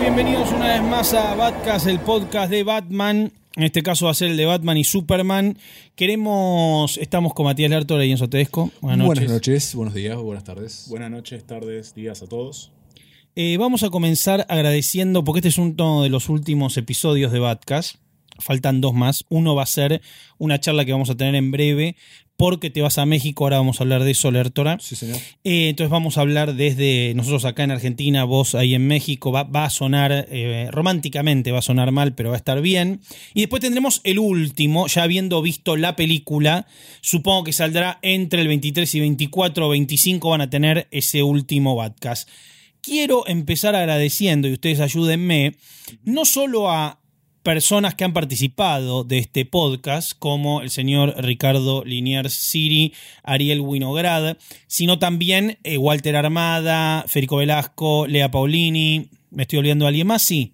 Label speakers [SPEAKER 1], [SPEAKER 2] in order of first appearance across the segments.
[SPEAKER 1] bienvenidos una vez más a Batcast, el podcast de Batman. En este caso va a ser el de Batman y Superman. Queremos, estamos con Matías Lertora y Enzo Tedesco. Buenas noches.
[SPEAKER 2] Buenas noches, buenos días, buenas tardes.
[SPEAKER 3] Buenas noches, tardes, días a todos.
[SPEAKER 1] Eh, vamos a comenzar agradeciendo, porque este es uno de los últimos episodios de Batcast. Faltan dos más. Uno va a ser una charla que vamos a tener en breve, porque te vas a México. Ahora vamos a hablar de eso, Lertora.
[SPEAKER 2] Sí, señor.
[SPEAKER 1] Eh, entonces vamos a hablar desde nosotros acá en Argentina, vos ahí en México. Va, va a sonar eh, románticamente, va a sonar mal, pero va a estar bien. Y después tendremos el último, ya habiendo visto la película. Supongo que saldrá entre el 23 y 24 o 25 van a tener ese último podcast. Quiero empezar agradeciendo, y ustedes ayúdenme, no solo a personas que han participado de este podcast, como el señor Ricardo Liniers Siri, Ariel Winograd, sino también eh, Walter Armada, Federico Velasco, Lea Paulini. ¿Me estoy olvidando a alguien más? Sí.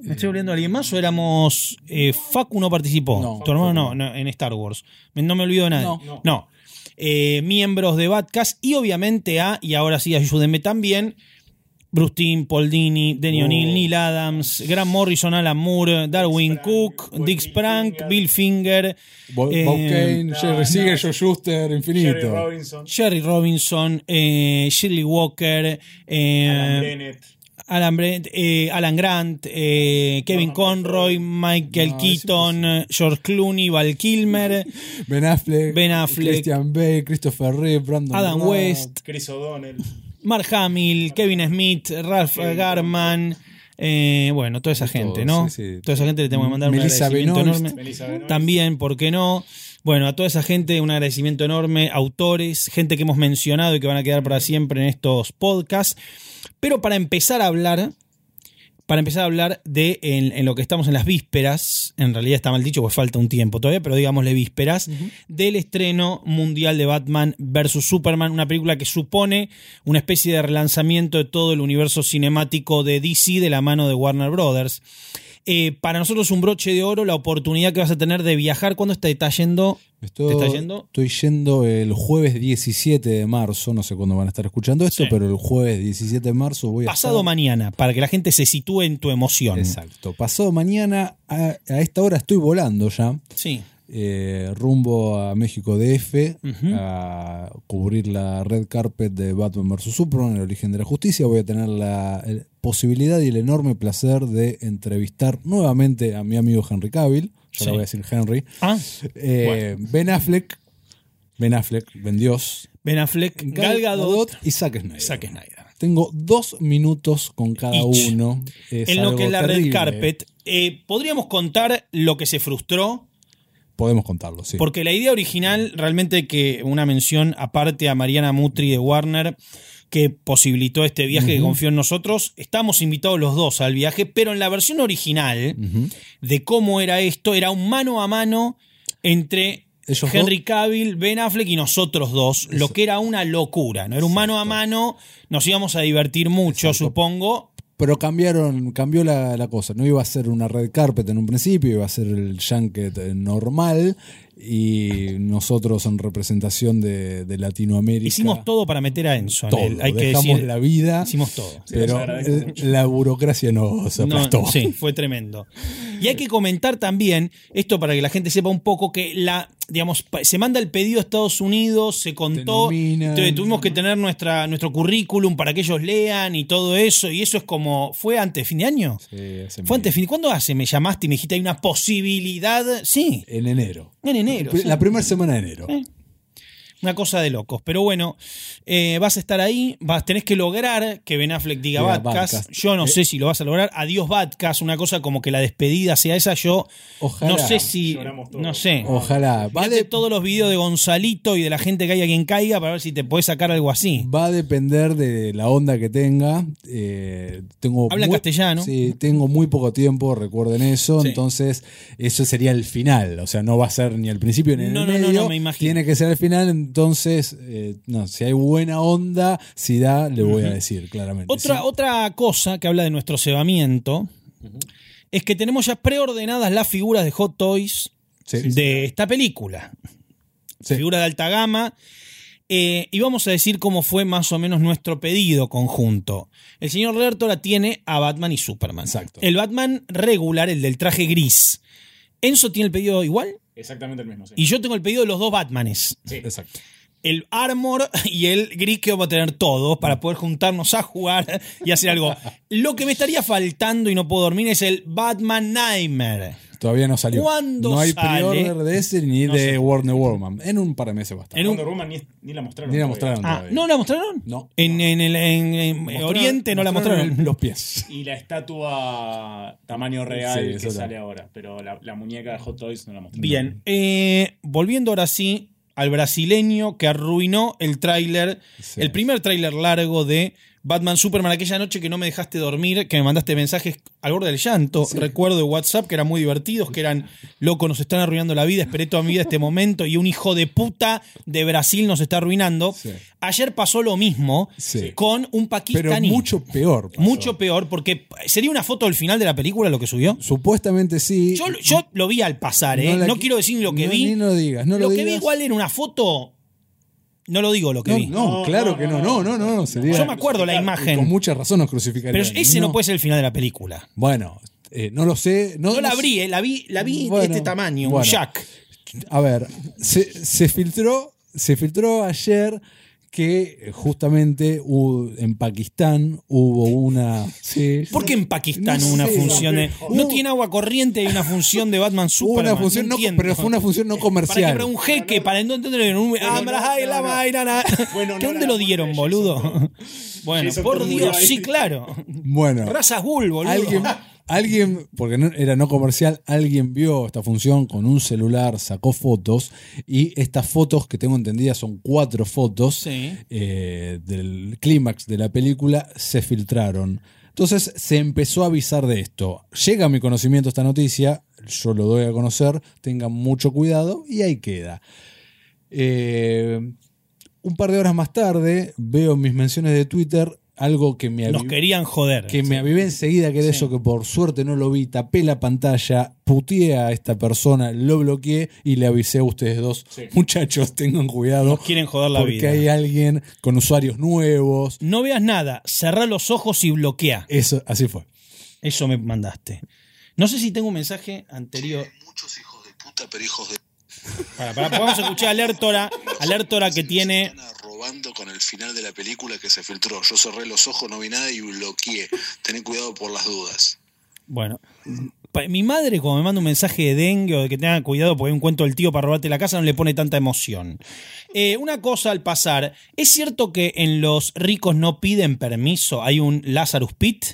[SPEAKER 1] ¿Me estoy olvidando a alguien más o éramos. eh, Facu no participó.
[SPEAKER 2] No,
[SPEAKER 1] tu hermano no, no, en Star Wars. Me- No me olvido de nadie.
[SPEAKER 2] No.
[SPEAKER 1] No. Eh, miembros de Batcast y obviamente a, y ahora sí, ayúdenme también, Brustin, Poldini, Denny
[SPEAKER 3] Oh.
[SPEAKER 1] O'Neill, Neil Adams, Grant Morrison, Alan Moore, Darwin Cook,
[SPEAKER 3] Wolfie
[SPEAKER 1] Dick Sprank,
[SPEAKER 3] Finger.
[SPEAKER 1] Bill Finger,
[SPEAKER 2] Bo-
[SPEAKER 1] Eh,
[SPEAKER 2] Bob Kane, Jerry
[SPEAKER 3] no.
[SPEAKER 2] Siegel, Joe Schuster,
[SPEAKER 3] Jerry
[SPEAKER 2] infinito.
[SPEAKER 3] Robinson,
[SPEAKER 1] Jerry Robinson, eh, Shirley Walker, eh,
[SPEAKER 3] Alan Bennett,
[SPEAKER 1] Alan, Brent, eh, Alan Grant, eh, Kevin Conroy, Michael
[SPEAKER 2] No, es
[SPEAKER 1] Keaton, eh, George Clooney, Val Kilmer,
[SPEAKER 2] Ben Affleck,
[SPEAKER 1] Ben Affleck.
[SPEAKER 2] Christian Bale, Christopher Reeve, Brandon
[SPEAKER 1] Adam
[SPEAKER 2] Routh,
[SPEAKER 1] West,
[SPEAKER 3] Chris O'Donnell,
[SPEAKER 1] Mark Hamill, Kevin Smith, Ralph Garman, eh, bueno, toda esa
[SPEAKER 2] Todos,
[SPEAKER 1] gente, ¿no?
[SPEAKER 2] sí, sí.
[SPEAKER 1] Toda esa gente le tengo que mandar
[SPEAKER 2] Melissa
[SPEAKER 1] un agradecimiento
[SPEAKER 2] Benoist.
[SPEAKER 1] enorme.
[SPEAKER 3] Melissa Benoist.
[SPEAKER 1] También, ¿por qué no? Bueno, a toda esa gente un agradecimiento enorme, autores, gente que hemos mencionado y que van a quedar para siempre en estos podcasts. Pero para empezar a hablar, para empezar a hablar de en, en lo que estamos en las vísperas, en realidad está mal dicho, pues falta un tiempo todavía, pero digámosle vísperas, del estreno mundial de Batman vs. Superman, una película que supone una especie de relanzamiento de todo el universo cinemático de DC de la mano de Warner Brothers. Eh, para nosotros un broche de oro, la oportunidad que vas a tener de viajar. ¿Cuándo está, está yendo?
[SPEAKER 2] Estoy,
[SPEAKER 1] ¿Te está yendo?
[SPEAKER 2] Estoy yendo el jueves 17 de marzo, no sé cuándo van a estar escuchando esto,
[SPEAKER 1] Sí.
[SPEAKER 2] pero el jueves 17 de marzo voy a
[SPEAKER 1] Pasado
[SPEAKER 2] estar-
[SPEAKER 1] mañana, para que la gente se sitúe en tu emoción.
[SPEAKER 2] Exacto. Pasado mañana, a, a esta hora estoy volando ya,
[SPEAKER 1] Sí.
[SPEAKER 2] eh, rumbo a México DF,
[SPEAKER 1] Ujú.
[SPEAKER 2] a cubrir la red carpet de Batman vs. Superman, el origen de la justicia. Voy a tener la el- posibilidad y el enorme placer de entrevistar nuevamente a mi amigo Henry Cavill, ya
[SPEAKER 1] Sí.
[SPEAKER 2] le voy a decir Henry,
[SPEAKER 1] Ah,
[SPEAKER 2] Eh, Ben Affleck, Ben Affleck, Ben Dios,
[SPEAKER 1] Ben Affleck, Gal Gadot,
[SPEAKER 2] y Zack Snyder.
[SPEAKER 1] Zack Snyder.
[SPEAKER 2] Tengo dos minutos con cada
[SPEAKER 1] Each.
[SPEAKER 2] uno. Es
[SPEAKER 1] en lo
[SPEAKER 2] algo
[SPEAKER 1] que es la
[SPEAKER 2] terrible.
[SPEAKER 1] red carpet. eh, Podríamos contar lo que se frustró,
[SPEAKER 2] Podemos contarlo, sí.
[SPEAKER 1] porque la idea original, realmente que una mención aparte a Mariana Mutri de Warner, que posibilitó este viaje, que
[SPEAKER 2] Ujú.
[SPEAKER 1] confió en nosotros, estamos invitados los dos al viaje, pero en la versión original
[SPEAKER 2] Ujú.
[SPEAKER 1] de cómo era esto, era un mano a mano entre
[SPEAKER 2] Ellos
[SPEAKER 1] Henry Cavill, Ben Affleck y nosotros dos, lo que era una locura, ¿no? Era un mano a
[SPEAKER 2] Exacto.
[SPEAKER 1] mano, nos íbamos a divertir mucho,
[SPEAKER 2] Exacto.
[SPEAKER 1] supongo.
[SPEAKER 2] Pero cambiaron, cambió la, la cosa. No iba a ser una red carpet en un principio, iba a ser el junket eh, normal. Y nosotros en representación de, de Latinoamérica.
[SPEAKER 1] Hicimos todo para meter a Enzo. en
[SPEAKER 2] todo.
[SPEAKER 1] él, Hay que
[SPEAKER 2] Dejamos
[SPEAKER 1] decir,
[SPEAKER 2] la vida.
[SPEAKER 1] hicimos todo.
[SPEAKER 3] Sí,
[SPEAKER 2] pero
[SPEAKER 3] les agradezco mucho.
[SPEAKER 2] la burocracia nos
[SPEAKER 1] No,
[SPEAKER 2] aplastó.
[SPEAKER 1] sí, fue tremendo. Y hay que comentar también, esto para que la gente sepa un poco, que la, digamos, pa- se manda el pedido a Estados Unidos, se contó,
[SPEAKER 2] nominan.
[SPEAKER 1] te- tuvimos que tener nuestra, nuestro currículum para que ellos lean y todo eso, y eso es como, ¿fue antes de fin de año?
[SPEAKER 2] Sí, hace
[SPEAKER 1] ¿Fue antes de
[SPEAKER 2] mil.
[SPEAKER 1] fin? ¿Cuándo hace? Me llamaste y me dijiste, hay una posibilidad, sí,
[SPEAKER 2] En enero.
[SPEAKER 1] en enero. sí.
[SPEAKER 2] La primera semana de enero.
[SPEAKER 1] Eh. Una cosa de locos. Pero bueno, eh, vas a estar ahí, vas, tenés que lograr que Ben Affleck diga
[SPEAKER 2] Diga
[SPEAKER 1] Badcast.
[SPEAKER 2] Badcast.
[SPEAKER 1] Yo no
[SPEAKER 2] Eh.
[SPEAKER 1] sé si lo vas a lograr. Adiós Badcast, una cosa como que la despedida sea esa. Yo
[SPEAKER 2] Ojalá. Oh.
[SPEAKER 1] no sé si...
[SPEAKER 3] Lloramos todos.
[SPEAKER 1] No sé.
[SPEAKER 2] Ojalá. Va,
[SPEAKER 1] Mirate
[SPEAKER 2] de-
[SPEAKER 1] todos los videos de Gonzalito y de la gente que hay a quien caiga para ver si te puedes sacar algo así.
[SPEAKER 2] va a depender de la onda que tenga. Eh, tengo
[SPEAKER 1] Habla en castellano.
[SPEAKER 2] Sí, tengo muy poco tiempo, recuerden eso.
[SPEAKER 1] Sí.
[SPEAKER 2] Entonces, eso sería el final. O sea, no va a ser ni al principio ni en
[SPEAKER 1] No,
[SPEAKER 2] el
[SPEAKER 1] no, no,
[SPEAKER 2] medio.
[SPEAKER 1] no, me imagino.
[SPEAKER 2] Tiene que ser el final. Entonces, eh, no, si hay buena onda, si da, le voy a decir claramente.
[SPEAKER 1] Otra,
[SPEAKER 2] Sí.
[SPEAKER 1] otra cosa que habla de nuestro cebamiento es que tenemos ya preordenadas las figuras de Hot Toys
[SPEAKER 2] Sí.
[SPEAKER 1] de esta película.
[SPEAKER 2] Sí.
[SPEAKER 1] Figura de alta gama. Eh, y vamos a decir cómo fue más o menos nuestro pedido conjunto. El señor Lertora tiene a Batman y Superman.
[SPEAKER 2] Exacto.
[SPEAKER 1] El Batman regular, el del traje gris. Enzo tiene el pedido igual
[SPEAKER 3] Exactamente el mismo, sí.
[SPEAKER 1] y yo tengo el pedido de los dos Batmanes.
[SPEAKER 3] Sí.
[SPEAKER 2] Exacto.
[SPEAKER 1] El Armor y el gris que vamos a tener todos para poder juntarnos a jugar y hacer algo. Lo que me estaría faltando y no puedo dormir es el Batman Nightmare.
[SPEAKER 2] Todavía no salió.
[SPEAKER 1] ¿Cuándo
[SPEAKER 2] no hay
[SPEAKER 1] sale?
[SPEAKER 2] pre-order de ese ni
[SPEAKER 3] No
[SPEAKER 2] de
[SPEAKER 3] sé.
[SPEAKER 2] Warner Woman. En un par de meses va a estar.
[SPEAKER 1] En un-
[SPEAKER 3] Wonder Woman ni, ni la mostraron.
[SPEAKER 2] Ni la
[SPEAKER 3] todavía.
[SPEAKER 2] mostraron
[SPEAKER 1] Ah,
[SPEAKER 2] todavía.
[SPEAKER 1] ¿no la mostraron?
[SPEAKER 2] No.
[SPEAKER 1] En, en el en- en
[SPEAKER 2] Mostraron-
[SPEAKER 1] Oriente no la mostraron.
[SPEAKER 2] el- Los pies.
[SPEAKER 3] Y la estatua tamaño
[SPEAKER 2] Sí,
[SPEAKER 3] real
[SPEAKER 2] eso
[SPEAKER 3] que
[SPEAKER 2] no.
[SPEAKER 3] sale ahora. Pero la, la muñeca de Hot Toys no la mostraron.
[SPEAKER 1] Bien, eh, volviendo ahora sí al brasileño que arruinó el tráiler,
[SPEAKER 2] Sí.
[SPEAKER 1] el primer tráiler largo de Batman Superman, aquella noche que no me dejaste dormir, que me mandaste mensajes al borde del llanto, recuerdo de WhatsApp que eran muy divertidos, que eran, loco, nos están arruinando la vida, esperé toda mi vida este momento y un hijo de puta de Brasil nos está arruinando.
[SPEAKER 2] Sí.
[SPEAKER 1] Ayer pasó lo mismo
[SPEAKER 2] Sí.
[SPEAKER 1] con un
[SPEAKER 2] Pero
[SPEAKER 1] pakistaní.
[SPEAKER 2] mucho peor. pasó.
[SPEAKER 1] Mucho peor, porque sería una foto del final de la película lo que subió.
[SPEAKER 2] Supuestamente sí.
[SPEAKER 1] Yo, yo lo vi al pasar, ¿eh? No,
[SPEAKER 2] la-
[SPEAKER 1] quiero decir lo que
[SPEAKER 2] no,
[SPEAKER 1] vi.
[SPEAKER 2] Ni lo digas. No
[SPEAKER 1] lo
[SPEAKER 2] lo,
[SPEAKER 1] que vi
[SPEAKER 2] digas.
[SPEAKER 1] igual era una foto. No lo digo lo que
[SPEAKER 2] No,
[SPEAKER 1] vi.
[SPEAKER 2] no, claro que no. No, no, no. sería-
[SPEAKER 1] Yo me acuerdo la
[SPEAKER 2] Y Con
[SPEAKER 1] imagen.
[SPEAKER 2] mucha razón nos crucificarían.
[SPEAKER 1] Pero ese no. puede ser el final de la película.
[SPEAKER 2] Bueno, eh, no lo sé. No,
[SPEAKER 1] Yo la
[SPEAKER 2] no sé.
[SPEAKER 1] abrí, eh, la vi, la vi de
[SPEAKER 2] Bueno,
[SPEAKER 1] este tamaño, un
[SPEAKER 2] bueno.
[SPEAKER 1] Jack.
[SPEAKER 2] A ver, se, se filtró, se filtró ayer que eh, justamente hu- en Pakistán hubo una. sí,
[SPEAKER 1] ¿Por qué en Pakistán
[SPEAKER 2] No
[SPEAKER 1] hubo una
[SPEAKER 2] sé,
[SPEAKER 1] función de.
[SPEAKER 2] no,
[SPEAKER 1] No tiene agua corriente y una función de Batman
[SPEAKER 2] hubo
[SPEAKER 1] Superman.
[SPEAKER 2] una función,
[SPEAKER 1] no
[SPEAKER 2] no-
[SPEAKER 1] entiendo.
[SPEAKER 2] pero fue una función no
[SPEAKER 1] Para que
[SPEAKER 2] comercial.
[SPEAKER 1] para un jeque, para no entender en un. Ah,
[SPEAKER 3] no,
[SPEAKER 1] bra- ay,
[SPEAKER 3] no,
[SPEAKER 1] la
[SPEAKER 3] no.
[SPEAKER 1] vaina, na-
[SPEAKER 3] Bueno,
[SPEAKER 1] ¿Qué
[SPEAKER 3] no,
[SPEAKER 1] dónde
[SPEAKER 3] la
[SPEAKER 1] lo dieron,
[SPEAKER 3] muerte de
[SPEAKER 1] boludo?
[SPEAKER 3] Jason
[SPEAKER 1] Bueno,
[SPEAKER 3] Jason
[SPEAKER 1] por
[SPEAKER 3] Todd murió
[SPEAKER 1] Dios,
[SPEAKER 3] ahí.
[SPEAKER 1] sí, claro.
[SPEAKER 2] Bueno,
[SPEAKER 1] Razas Bull, boludo.
[SPEAKER 2] alguien, alguien, porque no- era no comercial, alguien vio esta función con un celular, sacó fotos y estas fotos que tengo entendidas son cuatro fotos
[SPEAKER 1] Sí.
[SPEAKER 2] eh, del clímax de la película se filtraron. Entonces se empezó a avisar de esto. Llega a mi conocimiento esta noticia, yo lo doy a conocer, tengan mucho cuidado y ahí queda. Eh, un par de horas más tarde veo en mis menciones de Twitter algo que me
[SPEAKER 1] Nos
[SPEAKER 2] avi-
[SPEAKER 1] querían joder.
[SPEAKER 2] que me avivé enseguida, que de
[SPEAKER 1] Sí.
[SPEAKER 2] eso que por suerte no lo vi, tapé la pantalla, puteé a esta persona, lo bloqueé y le avisé a ustedes dos,
[SPEAKER 3] Sí.
[SPEAKER 2] muchachos, tengan cuidado.
[SPEAKER 1] Quieren joder la
[SPEAKER 2] porque
[SPEAKER 1] vida.
[SPEAKER 2] hay alguien con usuarios nuevos.
[SPEAKER 1] No veas nada, cerrá los ojos y bloquea.
[SPEAKER 2] Eso, así fue.
[SPEAKER 1] Eso me mandaste. No sé si tengo un mensaje anterior.
[SPEAKER 4] Muchos hijos de puta, pero hijos de
[SPEAKER 1] Ah, Para, para, vamos a escuchar a Lertora, a Lertora que
[SPEAKER 4] nos
[SPEAKER 1] tiene.
[SPEAKER 4] están robando con el final de la película que se filtró. Yo cerré los ojos, no vi nada y bloqueé. Tené cuidado por las dudas.
[SPEAKER 1] Bueno. Pa- Mi madre, cuando me manda un mensaje de dengue o de que tengan cuidado porque hay un cuento del tío para robarte la casa, no le pone tanta emoción. Eh, una cosa al pasar, ¿es cierto que en los ricos no piden permiso? ¿Hay un Lazarus Pit?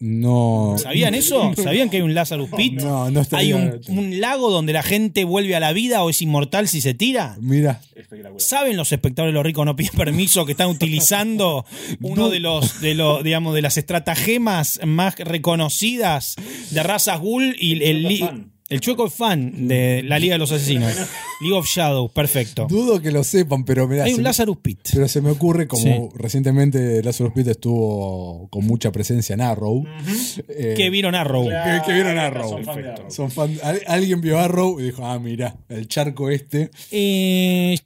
[SPEAKER 2] No.
[SPEAKER 1] ¿Sabían eso? ¿Sabían que hay un Lazarus Pit?
[SPEAKER 2] No, no está
[SPEAKER 1] ¿Hay un,
[SPEAKER 2] bien.
[SPEAKER 1] un lago donde la gente vuelve a la vida o es inmortal si se tira?
[SPEAKER 2] Mira,
[SPEAKER 3] Espectacular.
[SPEAKER 1] ¿Saben los espectadores los ricos no piden permiso que están utilizando uno de los de los digamos de las estratagemas más reconocidas de razas ghoul y el
[SPEAKER 3] El
[SPEAKER 1] li-
[SPEAKER 3] chueco fan.
[SPEAKER 1] el chueco fan de la Liga de los Asesinos, League of Shadows, perfecto.
[SPEAKER 2] dudo que lo sepan, pero mira.
[SPEAKER 1] Hay un Lazarus Pit.
[SPEAKER 2] Pero se me ocurre, como
[SPEAKER 1] Sí.
[SPEAKER 2] recientemente Lazarus Pit estuvo con mucha presencia en Arrow. eh,
[SPEAKER 1] Que vieron Arrow.
[SPEAKER 2] que, que vieron Arrow.
[SPEAKER 3] Ah, Son fan de
[SPEAKER 2] Perfecto.
[SPEAKER 3] Arrow.
[SPEAKER 2] Son fan- al- alguien vio Arrow y dijo, ah, mira, el charco este.
[SPEAKER 1] Eh,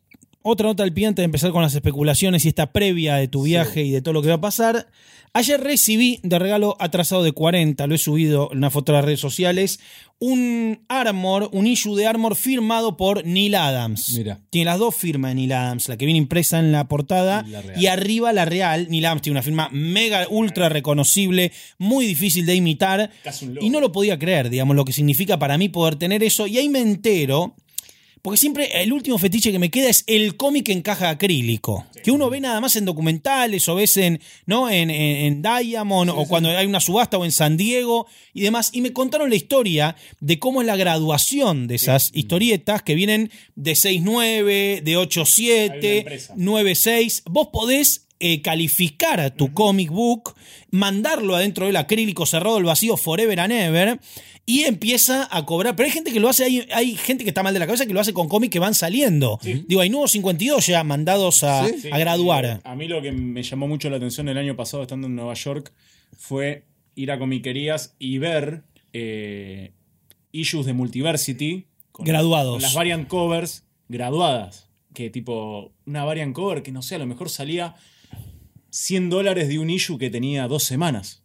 [SPEAKER 1] otra nota al pie antes de empezar con las especulaciones y esta previa de tu viaje y de todo lo que va a pasar. Ayer recibí de regalo atrasado de 40, lo he subido en una foto a las redes sociales, un Armor, un issue de Armor firmado por Neil Adams.
[SPEAKER 2] Mira.
[SPEAKER 1] Tiene las dos firmas de Neil Adams, la que viene impresa en la portada
[SPEAKER 2] Y la real.
[SPEAKER 1] y arriba la real. Neil Adams tiene una firma mega, ultra reconocible, muy difícil de imitar.
[SPEAKER 3] Casi un lobo.
[SPEAKER 1] Y no lo podía creer, digamos, lo que significa para mí poder tener eso. Y ahí me entero, porque siempre el último fetiche que me queda es el cómic en caja de acrílico. Que uno ve nada más en documentales o ves en, ¿no? en, en- en Diamond o cuando hay una subasta o en San Diego y demás. Y me contaron la historia de cómo es la graduación de esas historietas que vienen de 6.9, de
[SPEAKER 3] Hay una
[SPEAKER 1] 8.7,
[SPEAKER 3] empresa.
[SPEAKER 1] 9.6. Vos podés eh, calificar tu comic book, mandarlo adentro del acrílico cerrado del vacío forever and ever y empieza a cobrar. Pero hay gente que lo hace, hay, hay gente que está mal de la cabeza que lo hace con cómics que van saliendo. Digo, hay nuevos 52 ya mandados a,
[SPEAKER 2] Sí.
[SPEAKER 1] a graduar.
[SPEAKER 3] eh, A mí lo que me llamó mucho la atención el año pasado estando en Nueva York fue ir a comiquerías y ver eh, issues de Multiversity
[SPEAKER 1] Graduados.
[SPEAKER 3] con las variant covers graduadas. que tipo una variant cover que no sé, a lo mejor salía 100 dólares de un issue que tenía dos semanas.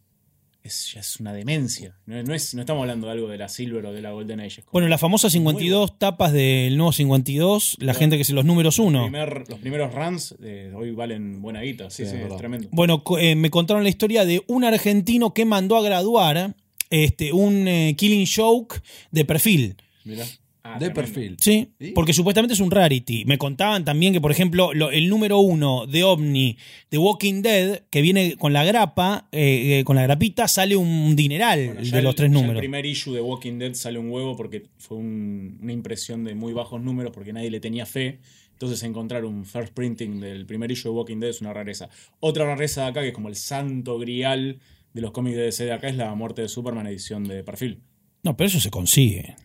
[SPEAKER 3] Es, ya es una demencia. No, no es, no estamos hablando de algo de la Silver o de la Golden Age. Es como
[SPEAKER 1] Bueno, las famosas 52 tapas del nuevo 52, la gente que se los números uno.
[SPEAKER 3] primer- los primeros runs eh, hoy valen buena guita. Sí,
[SPEAKER 2] Sí, es
[SPEAKER 3] sí, es
[SPEAKER 2] verdad.
[SPEAKER 3] tremendo.
[SPEAKER 1] Bueno, co- eh, me contaron la historia de un argentino que mandó a graduar este, un eh, Killing Joke de perfil.
[SPEAKER 2] Mirá.
[SPEAKER 3] Ah,
[SPEAKER 2] de
[SPEAKER 3] tremendo.
[SPEAKER 2] perfil.
[SPEAKER 1] Sí,
[SPEAKER 2] ¿Y?
[SPEAKER 1] porque supuestamente es un rarity. Me contaban también que, por ejemplo, lo- el número uno de OVNI de Walking Dead, que viene con la grapa, eh, eh, con la grapita, sale un dineral
[SPEAKER 3] Bueno, ya
[SPEAKER 1] de los
[SPEAKER 3] el-
[SPEAKER 1] tres
[SPEAKER 3] ya
[SPEAKER 1] números.
[SPEAKER 3] El primer issue de Walking Dead sale un huevo porque fue un- una impresión de muy bajos números porque nadie le tenía fe. Entonces encontrar un first printing del primer issue de Walking Dead es una rareza. Otra rareza de acá que es como el santo grial de los cómics de DC de acá es la muerte de Superman edición de perfil.
[SPEAKER 1] No, pero eso se consigue.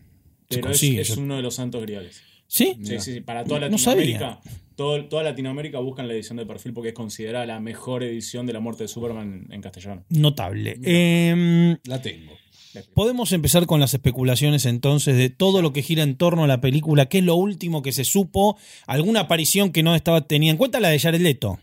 [SPEAKER 1] Se
[SPEAKER 3] Pero es,
[SPEAKER 1] consigue.
[SPEAKER 3] es
[SPEAKER 1] yo-
[SPEAKER 3] uno de los santos griales.
[SPEAKER 1] ¿Sí?
[SPEAKER 3] Sí, sí, sí, Para
[SPEAKER 1] No
[SPEAKER 3] toda Latinoamérica. todo- toda Latinoamérica buscan la edición de perfil porque es considerada la mejor edición de la muerte de Superman en castellano.
[SPEAKER 1] Notable. Em,
[SPEAKER 2] La tengo.
[SPEAKER 1] Podemos empezar con las especulaciones entonces de todo lo que gira en torno a la película. ¿Qué es lo último que se supo? ¿Alguna aparición que no estaba tenida en cuenta? La de Jared Leto.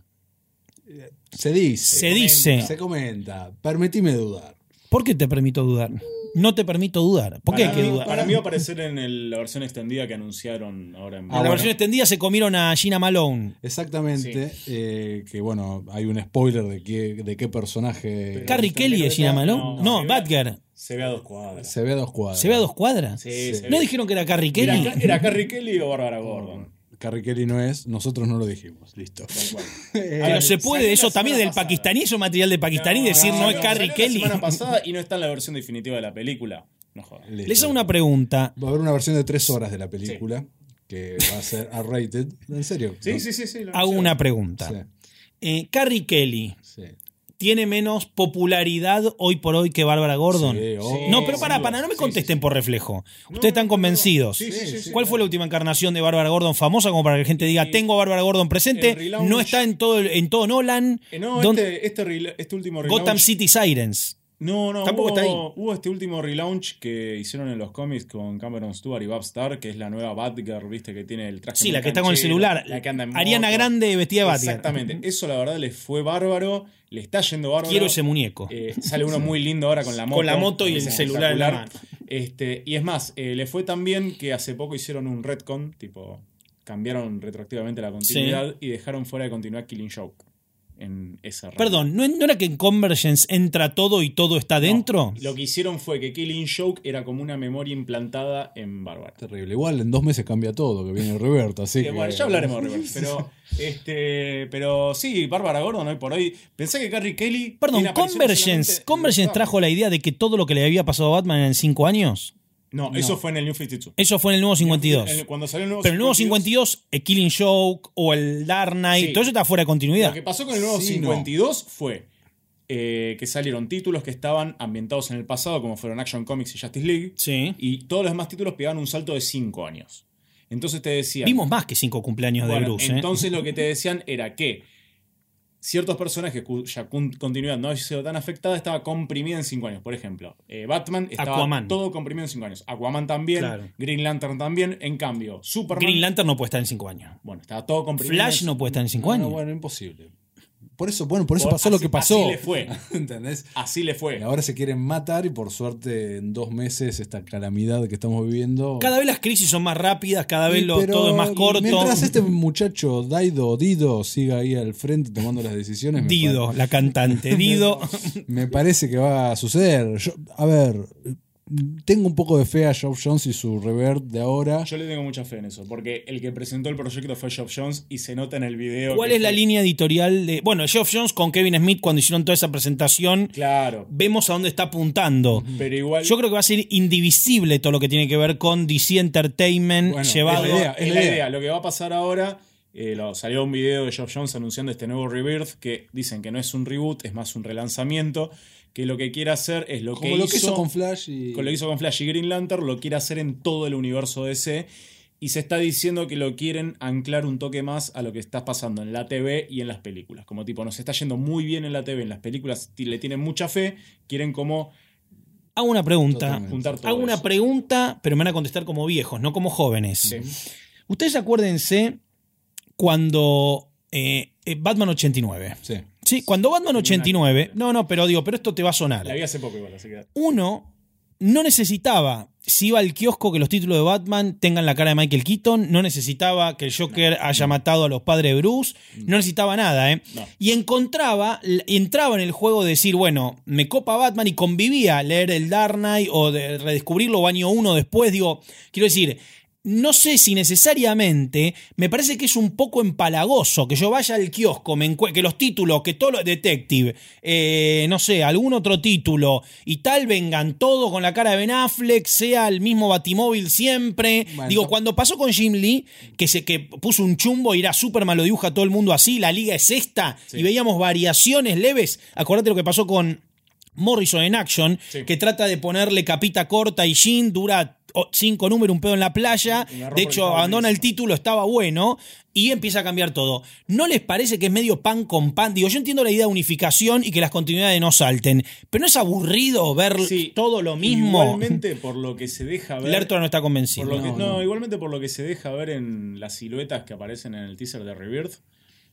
[SPEAKER 2] Se dice.
[SPEAKER 1] Se dice.
[SPEAKER 2] Se comenta. Permitime dudar.
[SPEAKER 1] ¿Por qué te permito dudar? No te permito dudar. ¿Por qué hay
[SPEAKER 3] para,
[SPEAKER 1] que
[SPEAKER 3] mí-
[SPEAKER 1] dudar?
[SPEAKER 3] para mí va a aparecer en el- la versión extendida que anunciaron ahora en
[SPEAKER 1] En la
[SPEAKER 2] bueno.
[SPEAKER 1] versión extendida se comieron a Gina Malone.
[SPEAKER 2] Exactamente. eh, que bueno, hay un spoiler de qué, de qué personaje
[SPEAKER 1] Carrie Kelly es Gina Malone. No,
[SPEAKER 3] se ve-
[SPEAKER 1] Badger.
[SPEAKER 3] Se ve a dos cuadras.
[SPEAKER 2] se ve a dos cuadras.
[SPEAKER 1] ¿Se ve a dos cuadras?
[SPEAKER 3] Sí, eh, se
[SPEAKER 1] ¿No
[SPEAKER 3] ve.
[SPEAKER 1] dijeron que era Carrie
[SPEAKER 3] ¿Era,
[SPEAKER 1] Kelly?
[SPEAKER 3] era Carrie Kelly Oh. o Bárbara Gordon?
[SPEAKER 2] Carrie Kelly no es, nosotros no lo dijimos. Listo.
[SPEAKER 3] Tal cual.
[SPEAKER 1] Pero
[SPEAKER 3] Ahora,
[SPEAKER 1] se
[SPEAKER 3] Eh, salió
[SPEAKER 1] puede
[SPEAKER 3] la
[SPEAKER 1] eso también
[SPEAKER 3] semana
[SPEAKER 1] del
[SPEAKER 3] pasada.
[SPEAKER 1] pakistaní, eso material del pakistaní, decir no, es
[SPEAKER 3] salió
[SPEAKER 1] Carrie
[SPEAKER 3] la
[SPEAKER 1] Kelly.
[SPEAKER 3] semana pasada y no está en la versión definitiva de la película. No jodas.
[SPEAKER 2] Listo.
[SPEAKER 1] Les hago una pregunta.
[SPEAKER 2] Va a haber una versión de tres horas de la película que va a ser R-rated. En serio.
[SPEAKER 3] Sí,
[SPEAKER 2] ¿no?
[SPEAKER 3] sí, sí. sí lo
[SPEAKER 1] Hago
[SPEAKER 3] anunciaron.
[SPEAKER 1] una pregunta. Eh, Carrie Kelly.
[SPEAKER 2] Sí, sí.
[SPEAKER 1] tiene menos popularidad hoy por hoy que Bárbara Gordon.
[SPEAKER 2] Sí, oh,
[SPEAKER 3] Sí.
[SPEAKER 1] No, pero
[SPEAKER 3] sin
[SPEAKER 1] para,
[SPEAKER 3] duda.
[SPEAKER 1] para, no me
[SPEAKER 3] Sí,
[SPEAKER 1] contesten por reflejo.
[SPEAKER 3] No,
[SPEAKER 1] Ustedes
[SPEAKER 3] no,
[SPEAKER 1] están
[SPEAKER 3] no, no.
[SPEAKER 1] convencidos.
[SPEAKER 3] Sí, sí, sí, sí,
[SPEAKER 1] ¿Cuál fue
[SPEAKER 3] claro.
[SPEAKER 1] la última encarnación de Bárbara Gordon famosa? Como para que la gente diga,
[SPEAKER 3] Y-
[SPEAKER 1] tengo a Bárbara Gordon presente,
[SPEAKER 3] el relaunch-
[SPEAKER 1] no está en todo, el- en todo Nolan.
[SPEAKER 3] Eh, no,
[SPEAKER 1] Don-
[SPEAKER 3] este, este, rela- este último relaunch.
[SPEAKER 1] Gotham City Sirens.
[SPEAKER 3] No, no,
[SPEAKER 1] Tampoco
[SPEAKER 3] hubo,
[SPEAKER 1] está ahí.
[SPEAKER 3] hubo este último relaunch que hicieron en los cómics con Cameron Stewart y Bob Starr, que es la nueva Batgirl, viste, que tiene el traje.
[SPEAKER 1] Sí,
[SPEAKER 3] muy
[SPEAKER 1] la que está con el
[SPEAKER 3] canchero,
[SPEAKER 1] celular.
[SPEAKER 3] la que anda en
[SPEAKER 1] Ariana
[SPEAKER 3] moto.
[SPEAKER 1] Grande vestida de Batman.
[SPEAKER 3] Exactamente. Eso la verdad le fue bárbaro. Le está yendo bárbaro.
[SPEAKER 1] Quiero ese muñeco.
[SPEAKER 3] Eh, sale uno muy lindo ahora con la moto.
[SPEAKER 1] Con la moto y el
[SPEAKER 3] Ese
[SPEAKER 1] celular en la mano.
[SPEAKER 3] Este, y es más, eh, le fue tan bien que hace poco hicieron un retcon, tipo, cambiaron retroactivamente la continuidad y dejaron fuera de continuidad Killing Joke. En esa rama.
[SPEAKER 1] Perdón, ¿no, no era que en Convergence entra todo y todo está dentro?
[SPEAKER 3] Lo que hicieron fue que Killing Joke era como una memoria implantada en Bárbara.
[SPEAKER 2] Terrible. Igual en dos meses cambia todo, que viene Roberto, así
[SPEAKER 3] Eh,
[SPEAKER 2] que...
[SPEAKER 3] bueno, ya hablaremos de River. Pero, este, pero sí, Bárbara Gordon hoy por hoy. Pensé que Carrie Kelly.
[SPEAKER 1] Perdón,
[SPEAKER 3] tiene apariciones solamente
[SPEAKER 1] Convergence.
[SPEAKER 3] en
[SPEAKER 1] Convergence
[SPEAKER 3] los
[SPEAKER 1] trajo la idea de que todo lo que le había pasado a Batman en cinco años.
[SPEAKER 3] No, eso fue en el New 52.
[SPEAKER 1] Eso fue en el nuevo 52.
[SPEAKER 3] En el- Cuando salió el nuevo
[SPEAKER 1] Pero el nuevo 52, el Killing Joke o el Dark Knight,
[SPEAKER 3] Sí.
[SPEAKER 1] todo eso está fuera de continuidad.
[SPEAKER 3] Lo que pasó con el nuevo
[SPEAKER 2] Sí,
[SPEAKER 3] 52 fue eh, que salieron títulos que estaban ambientados en el pasado, como fueron Action Comics y Justice League.
[SPEAKER 1] Sí.
[SPEAKER 3] Y todos los demás títulos pegaban un salto de 5 años. Entonces te decía.
[SPEAKER 1] Vimos más que cinco cumpleaños de
[SPEAKER 3] Bueno,
[SPEAKER 1] Bruce. ¿eh?
[SPEAKER 3] Entonces lo que te decían era que ciertos personajes cuya cun- continuidad no ha sido tan afectada estaba comprimida en 5 años. Por ejemplo, eh, Batman estaba
[SPEAKER 1] Aquaman.
[SPEAKER 3] todo comprimido en 5 años. Aquaman también,
[SPEAKER 1] Claro.
[SPEAKER 3] Green Lantern también. En cambio, Superman.
[SPEAKER 1] Green Lantern no puede estar en cinco años.
[SPEAKER 3] bueno, Ah, estaba todo comprimido.
[SPEAKER 1] Flash
[SPEAKER 3] en-
[SPEAKER 1] no puede estar en cinco
[SPEAKER 2] No, no,
[SPEAKER 1] años.
[SPEAKER 2] Ah, bueno, imposible. Por eso, bueno, por eso
[SPEAKER 3] Por-
[SPEAKER 2] pasó lo
[SPEAKER 3] así-
[SPEAKER 2] que pasó.
[SPEAKER 3] así le fue.
[SPEAKER 2] ¿Entendés?
[SPEAKER 3] Así le fue.
[SPEAKER 2] Y ahora se quieren matar y por suerte en dos meses esta calamidad que estamos viviendo...
[SPEAKER 1] Cada vez las crisis son más rápidas, cada vez
[SPEAKER 2] Y
[SPEAKER 1] lo-
[SPEAKER 2] pero
[SPEAKER 1] todo es más corto.
[SPEAKER 2] Mientras este muchacho Daido Dido siga ahí al frente tomando las decisiones. me
[SPEAKER 1] Dido, la cantante. Dido.
[SPEAKER 2] Me parece que va a suceder. Yo- a ver, tengo un poco de fe a Job Jones y su revert de ahora.
[SPEAKER 3] Yo le tengo mucha fe en eso, porque el que presentó el proyecto fue Geoff Jones y se nota en el video.
[SPEAKER 1] ¿Cuál
[SPEAKER 3] que
[SPEAKER 1] es la
[SPEAKER 3] fue-
[SPEAKER 1] línea editorial de. Bueno, Geoff Jones con Kevin Smith cuando hicieron toda esa presentación,
[SPEAKER 3] Claro,
[SPEAKER 1] vemos a dónde está apuntando.
[SPEAKER 3] pero igual.
[SPEAKER 1] Yo creo que va a ser indivisible todo lo que tiene que ver con DC Entertainment
[SPEAKER 2] Bueno,
[SPEAKER 1] llevado.
[SPEAKER 2] es la idea.
[SPEAKER 3] es la idea. Lo que va a pasar ahora, eh, lo- salió un video de Geoff Jones anunciando este nuevo Rebirth que dicen que no es un reboot, es más un relanzamiento. Que lo que quiere hacer es lo,
[SPEAKER 2] Como
[SPEAKER 3] que,
[SPEAKER 2] lo
[SPEAKER 3] hizo,
[SPEAKER 2] que hizo con Flash y.
[SPEAKER 3] con lo que hizo con Flash y Green Lantern, lo quiere hacer en todo el universo DC. Y se está diciendo que lo quieren anclar un toque más a lo que está pasando en la TV y en las películas. Como tipo, nos está yendo muy bien en la TV, en las películas ti- le tienen mucha fe, quieren como
[SPEAKER 1] Hago una pregunta.
[SPEAKER 2] Totalmente.
[SPEAKER 3] juntar todo.
[SPEAKER 1] Hago una
[SPEAKER 3] eso.
[SPEAKER 1] pregunta, pero me van a contestar como viejos, no como jóvenes.
[SPEAKER 3] Sí.
[SPEAKER 1] Ustedes acuérdense cuando eh, eh, Batman 89.
[SPEAKER 2] Sí.
[SPEAKER 1] Sí, cuando Batman 89. No, no, pero digo, pero esto te va a sonar.
[SPEAKER 3] La vi hace poco igual, así que.
[SPEAKER 1] Uno no necesitaba, si iba al kiosco, que los títulos de Batman tengan la cara de Michael Keaton, no necesitaba que el Joker haya matado a los padres de Bruce, no necesitaba nada, ¿eh?
[SPEAKER 3] No.
[SPEAKER 1] Y encontraba, l- entraba en el juego de decir, bueno, me copa Batman y convivía leer el Dark Knight o de redescubrirlo o año uno después, digo, quiero decir... No sé si necesariamente, me parece que es un poco empalagoso que yo vaya al kiosco, me encue- que los títulos, que todo lo, detective, eh, no sé, algún otro título y tal vengan todo con la cara de Ben Affleck, sea el mismo Batimóvil siempre.
[SPEAKER 2] Bueno.
[SPEAKER 1] Digo, cuando pasó con Jim Lee, que se que puso un chumbo y era Superman, lo dibuja todo el mundo así, la liga es esta, y veíamos variaciones leves. Acordate lo que pasó con Morrison en Action,
[SPEAKER 3] Sí.
[SPEAKER 1] que trata de ponerle capita corta y jean, dura oh, cinco números, un pedo en la playa.
[SPEAKER 3] Y la ropa
[SPEAKER 1] De
[SPEAKER 3] que
[SPEAKER 1] hecho,
[SPEAKER 3] estaba
[SPEAKER 1] abandona el
[SPEAKER 3] buenísima.
[SPEAKER 1] título, estaba bueno, y empieza a cambiar todo. ¿No les parece que es medio pan con pan? Digo, yo entiendo la idea de unificación y que las continuidades no salten, pero ¿no es aburrido ver
[SPEAKER 3] Sí,
[SPEAKER 1] todo lo mismo?
[SPEAKER 3] Igualmente, por lo que se deja ver.
[SPEAKER 1] Lertora no está
[SPEAKER 3] por
[SPEAKER 1] convencido.
[SPEAKER 3] lo que-
[SPEAKER 1] No,
[SPEAKER 3] no,
[SPEAKER 1] no.
[SPEAKER 3] igualmente por lo que se deja ver en las siluetas que aparecen en el teaser de Rebirth,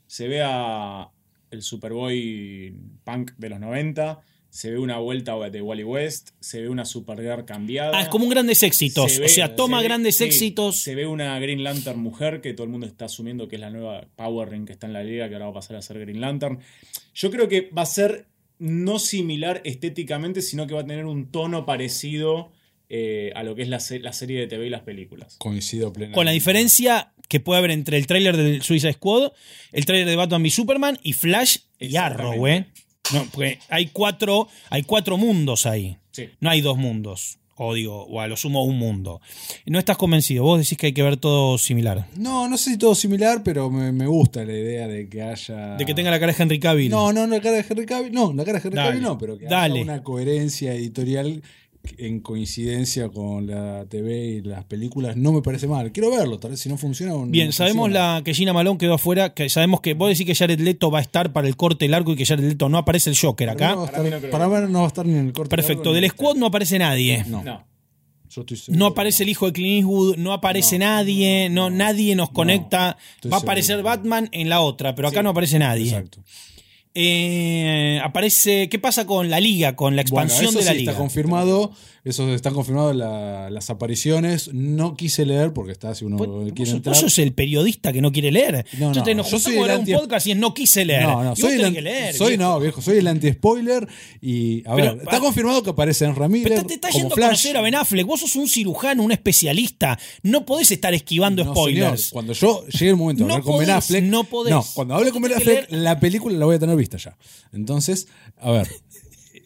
[SPEAKER 3] se ve a el Superboy punk de los 90, se ve una vuelta de Wally West, se ve una Supergirl cambiada.
[SPEAKER 1] Ah, es como un grandes éxitos.
[SPEAKER 3] Se
[SPEAKER 1] o
[SPEAKER 3] ve-
[SPEAKER 1] sea, toma
[SPEAKER 3] se ve-
[SPEAKER 1] grandes
[SPEAKER 3] sí,
[SPEAKER 1] éxitos.
[SPEAKER 3] Se ve una Green Lantern mujer que todo el mundo está asumiendo que es la nueva Power Ring que está en la liga, que ahora va a pasar a ser Green Lantern. Yo creo que va a ser no similar estéticamente, sino que va a tener un tono parecido eh, a lo que es la, se- la serie de TV y las películas.
[SPEAKER 2] Coincido plenamente.
[SPEAKER 1] Con la diferencia que puede haber entre el tráiler del Suicide Squad, el tráiler de Batman v Superman y Flash y
[SPEAKER 3] Exactamente.
[SPEAKER 1] Arrow, ¿eh? No, porque hay cuatro, hay cuatro mundos ahí.
[SPEAKER 3] Sí.
[SPEAKER 1] No hay dos mundos. O digo, o a lo sumo un mundo. No estás convencido. Vos decís que hay que ver todo similar.
[SPEAKER 2] No, no sé si todo similar, pero me, me gusta la idea de que haya.
[SPEAKER 1] De que tenga la cara de Henry Cavill.
[SPEAKER 2] No, no, la cara de Henry Cavill. No, la cara de Henry
[SPEAKER 1] Dale,
[SPEAKER 2] Cavill no, pero que
[SPEAKER 1] dale.
[SPEAKER 2] haya una coherencia editorial en coincidencia con la TV y las películas no me parece mal. Quiero verlo, tal vez si no funciona. no
[SPEAKER 1] Bien, sabemos
[SPEAKER 2] funciona.
[SPEAKER 1] la, que Gina Malón quedó afuera, que sabemos que vos decís que Jared Leto va a estar para el corte largo y que Jared Leto no aparece el Joker
[SPEAKER 2] Para
[SPEAKER 1] acá.
[SPEAKER 2] mí no va a
[SPEAKER 3] Para mí no
[SPEAKER 2] estar-
[SPEAKER 3] creo.
[SPEAKER 2] Para mí no va a estar ni en el corte.
[SPEAKER 1] Perfecto,
[SPEAKER 2] largo ni en
[SPEAKER 1] del
[SPEAKER 2] el-
[SPEAKER 1] squad no aparece nadie.
[SPEAKER 2] No,
[SPEAKER 3] No.
[SPEAKER 2] yo estoy seguro
[SPEAKER 1] No
[SPEAKER 2] que
[SPEAKER 1] aparece el hijo de Clint Eastwood, no aparece
[SPEAKER 2] Este, No.
[SPEAKER 1] nadie, no, nadie nos conecta.
[SPEAKER 2] Estoy
[SPEAKER 1] Va a aparecer
[SPEAKER 2] seguro.
[SPEAKER 1] Batman en la otra, pero acá
[SPEAKER 3] Sí.
[SPEAKER 1] no aparece nadie.
[SPEAKER 2] Exacto.
[SPEAKER 1] Eh, aparece. ¿Qué pasa con la liga? Con la
[SPEAKER 2] Bueno,
[SPEAKER 1] expansión
[SPEAKER 2] eso
[SPEAKER 1] de la
[SPEAKER 2] sí
[SPEAKER 1] liga.
[SPEAKER 2] Está confirmado, eso está confirmado la- las apariciones. No quise leer porque está si uno
[SPEAKER 1] Vos-
[SPEAKER 2] quiere
[SPEAKER 1] vos-
[SPEAKER 2] entrar.
[SPEAKER 1] vos sos el periodista que no quiere leer.
[SPEAKER 2] No,
[SPEAKER 1] Yo
[SPEAKER 2] no,
[SPEAKER 1] te nos
[SPEAKER 2] yo
[SPEAKER 1] juntamos
[SPEAKER 2] soy el
[SPEAKER 1] a grabar
[SPEAKER 2] anti-
[SPEAKER 1] un podcast y es no quise leer.
[SPEAKER 2] No,
[SPEAKER 1] Y
[SPEAKER 2] no,
[SPEAKER 1] vos
[SPEAKER 2] soy, el,
[SPEAKER 1] tenés
[SPEAKER 2] an-
[SPEAKER 1] que leer,
[SPEAKER 2] soy
[SPEAKER 1] viejo.
[SPEAKER 2] no, viejo, soy el anti-spoiler y a
[SPEAKER 1] Pero,
[SPEAKER 2] ver, está
[SPEAKER 1] ah,
[SPEAKER 2] confirmado que aparece en Ramírez
[SPEAKER 1] Pero te, te está
[SPEAKER 2] como
[SPEAKER 1] yendo a
[SPEAKER 2] Flash.
[SPEAKER 1] conocer a Ben Affleck. Vos sos un cirujano, un especialista. No podés estar esquivando
[SPEAKER 2] No,
[SPEAKER 1] spoilers.
[SPEAKER 2] señor, cuando yo llegue el momento de
[SPEAKER 1] No
[SPEAKER 2] hablar con Ben
[SPEAKER 1] podés,
[SPEAKER 2] Affleck,
[SPEAKER 1] no podés.
[SPEAKER 2] cuando hable con Ben
[SPEAKER 1] Tenés que
[SPEAKER 2] Affleck,
[SPEAKER 1] leer-
[SPEAKER 2] la película la voy a tener vista ya. Entonces, a ver,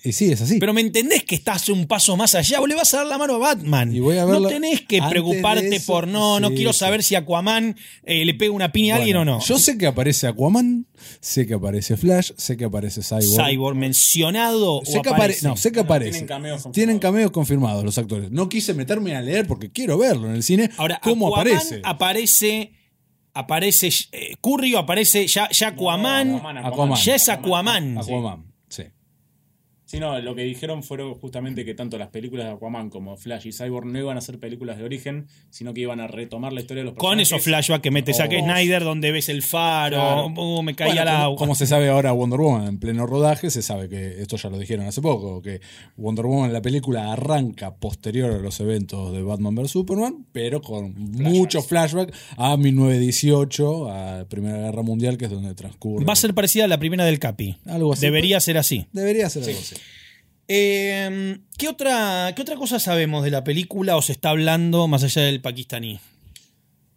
[SPEAKER 2] y sí, es así.
[SPEAKER 1] Pero me entendés que estás un paso más allá. Vos le vas a dar la mano a Batman.
[SPEAKER 2] Y voy a verla-
[SPEAKER 1] no tenés que
[SPEAKER 2] antes
[SPEAKER 1] preocuparte
[SPEAKER 2] de eso,
[SPEAKER 1] por no, no
[SPEAKER 2] sí,
[SPEAKER 1] quiero
[SPEAKER 2] sí.
[SPEAKER 1] saber si Aquaman eh, le pega una piña a alguien o
[SPEAKER 2] Bueno,
[SPEAKER 1] no.
[SPEAKER 2] Yo sé que aparece Aquaman, sé que aparece Flash, sé que aparece Cyborg.
[SPEAKER 1] Cyborg mencionado
[SPEAKER 2] Sé
[SPEAKER 1] o
[SPEAKER 2] que, apare-
[SPEAKER 1] aparece.
[SPEAKER 2] no, sé que aparece.
[SPEAKER 3] tienen cameos confirmados.
[SPEAKER 2] Tienen cameos confirmados los actores. No quise meterme a leer porque quiero verlo en el cine.
[SPEAKER 1] Ahora,
[SPEAKER 2] ¿Cómo
[SPEAKER 1] Aquaman
[SPEAKER 2] aparece?
[SPEAKER 1] aparece. Aparece eh, Curry o aparece ya, ya Aquaman.
[SPEAKER 3] No, Aquaman,
[SPEAKER 2] Aquaman.
[SPEAKER 1] Ya es Aquaman.
[SPEAKER 2] Aquaman. Sí.
[SPEAKER 3] Sí, no, lo que dijeron fueron justamente que tanto las películas de Aquaman como Flash y Cyborg no iban a ser películas de origen, sino que iban a retomar la historia de los
[SPEAKER 1] Con
[SPEAKER 3] personajes.
[SPEAKER 1] esos flashbacks que mete Zack
[SPEAKER 2] Oh.
[SPEAKER 1] Snyder, donde ves el faro,
[SPEAKER 3] Claro.
[SPEAKER 1] oh, me caía
[SPEAKER 2] Bueno,
[SPEAKER 1] el
[SPEAKER 2] como-
[SPEAKER 1] agua.
[SPEAKER 2] Como se sabe ahora Wonder Woman en pleno rodaje, se sabe que esto ya lo dijeron hace poco, que Wonder Woman la película arranca posterior a los eventos de Batman vs Superman, pero con mucho flashback a 1918, a Primera Guerra Mundial, que es donde transcurre.
[SPEAKER 1] Va a ser parecida a la primera del Capi.
[SPEAKER 2] Algo así.
[SPEAKER 1] Debería ser así.
[SPEAKER 2] Debería ser algo así.
[SPEAKER 1] Eh, ¿qué, otra, ¿Qué otra cosa sabemos de la película o se está hablando más allá del pakistaní?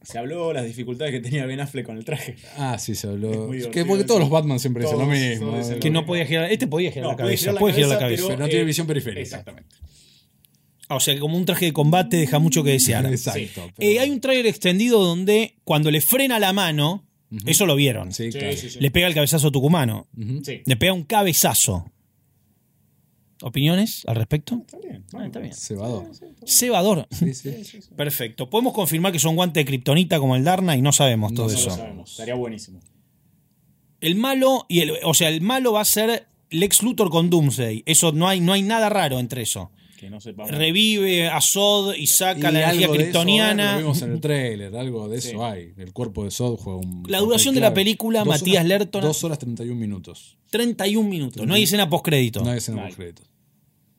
[SPEAKER 3] Se habló de las dificultades que tenía Ben Affleck con el traje.
[SPEAKER 2] Ah, sí, se habló.
[SPEAKER 3] Es muy
[SPEAKER 2] Que-
[SPEAKER 3] divertido
[SPEAKER 2] porque todos
[SPEAKER 3] eso.
[SPEAKER 2] los Batman siempre dicen lo
[SPEAKER 3] Todos
[SPEAKER 2] mismo.
[SPEAKER 3] dicen lo
[SPEAKER 1] Que no
[SPEAKER 3] mismo.
[SPEAKER 1] podía girar. Este podía girar
[SPEAKER 3] No,
[SPEAKER 1] la cabeza.
[SPEAKER 3] la
[SPEAKER 1] Puede girar la
[SPEAKER 3] cabeza, eh,
[SPEAKER 1] cabeza.
[SPEAKER 2] Pero no tiene visión periférica.
[SPEAKER 3] Exactamente.
[SPEAKER 1] Ah, o sea, que como un traje de combate deja mucho que desear.
[SPEAKER 2] Exacto. pero-
[SPEAKER 1] Eh, hay un tráiler extendido donde cuando le frena la mano, eso lo vieron.
[SPEAKER 2] Sí,
[SPEAKER 3] Sí,
[SPEAKER 2] claro.
[SPEAKER 3] sí, sí.
[SPEAKER 1] Le pega el cabezazo tucumano.
[SPEAKER 2] Ujú.
[SPEAKER 3] Sí.
[SPEAKER 1] Le pega un cabezazo. ¿Opiniones al respecto?
[SPEAKER 3] Está bien, bueno, está bien.
[SPEAKER 2] Cebador.
[SPEAKER 1] Cebador.
[SPEAKER 2] Sí, sí.
[SPEAKER 1] Perfecto. Podemos confirmar que son guantes de kriptonita como el Darna y no sabemos todo
[SPEAKER 2] No
[SPEAKER 1] eso.
[SPEAKER 3] Lo sabemos. Estaría buenísimo.
[SPEAKER 1] El malo y el, o sea, el malo va a ser Lex Luthor con Doomsday. Eso no hay, no hay nada raro entre eso.
[SPEAKER 3] que no sepamos.
[SPEAKER 1] revive a Sod y saca
[SPEAKER 2] Y
[SPEAKER 1] la energía
[SPEAKER 2] algo de eso ah,
[SPEAKER 1] kryptoniana.
[SPEAKER 2] Lo vimos en el trailer, algo de eso
[SPEAKER 3] Sí.
[SPEAKER 2] hay. El cuerpo de Sod juega un.
[SPEAKER 1] La duración de la película,
[SPEAKER 2] Dos horas-
[SPEAKER 1] Matías Lerton.
[SPEAKER 2] Dos horas 31 minutos.
[SPEAKER 1] 31 minutos. No hay escena postcrédito.
[SPEAKER 2] No hay escena
[SPEAKER 3] Mal.
[SPEAKER 2] concreta.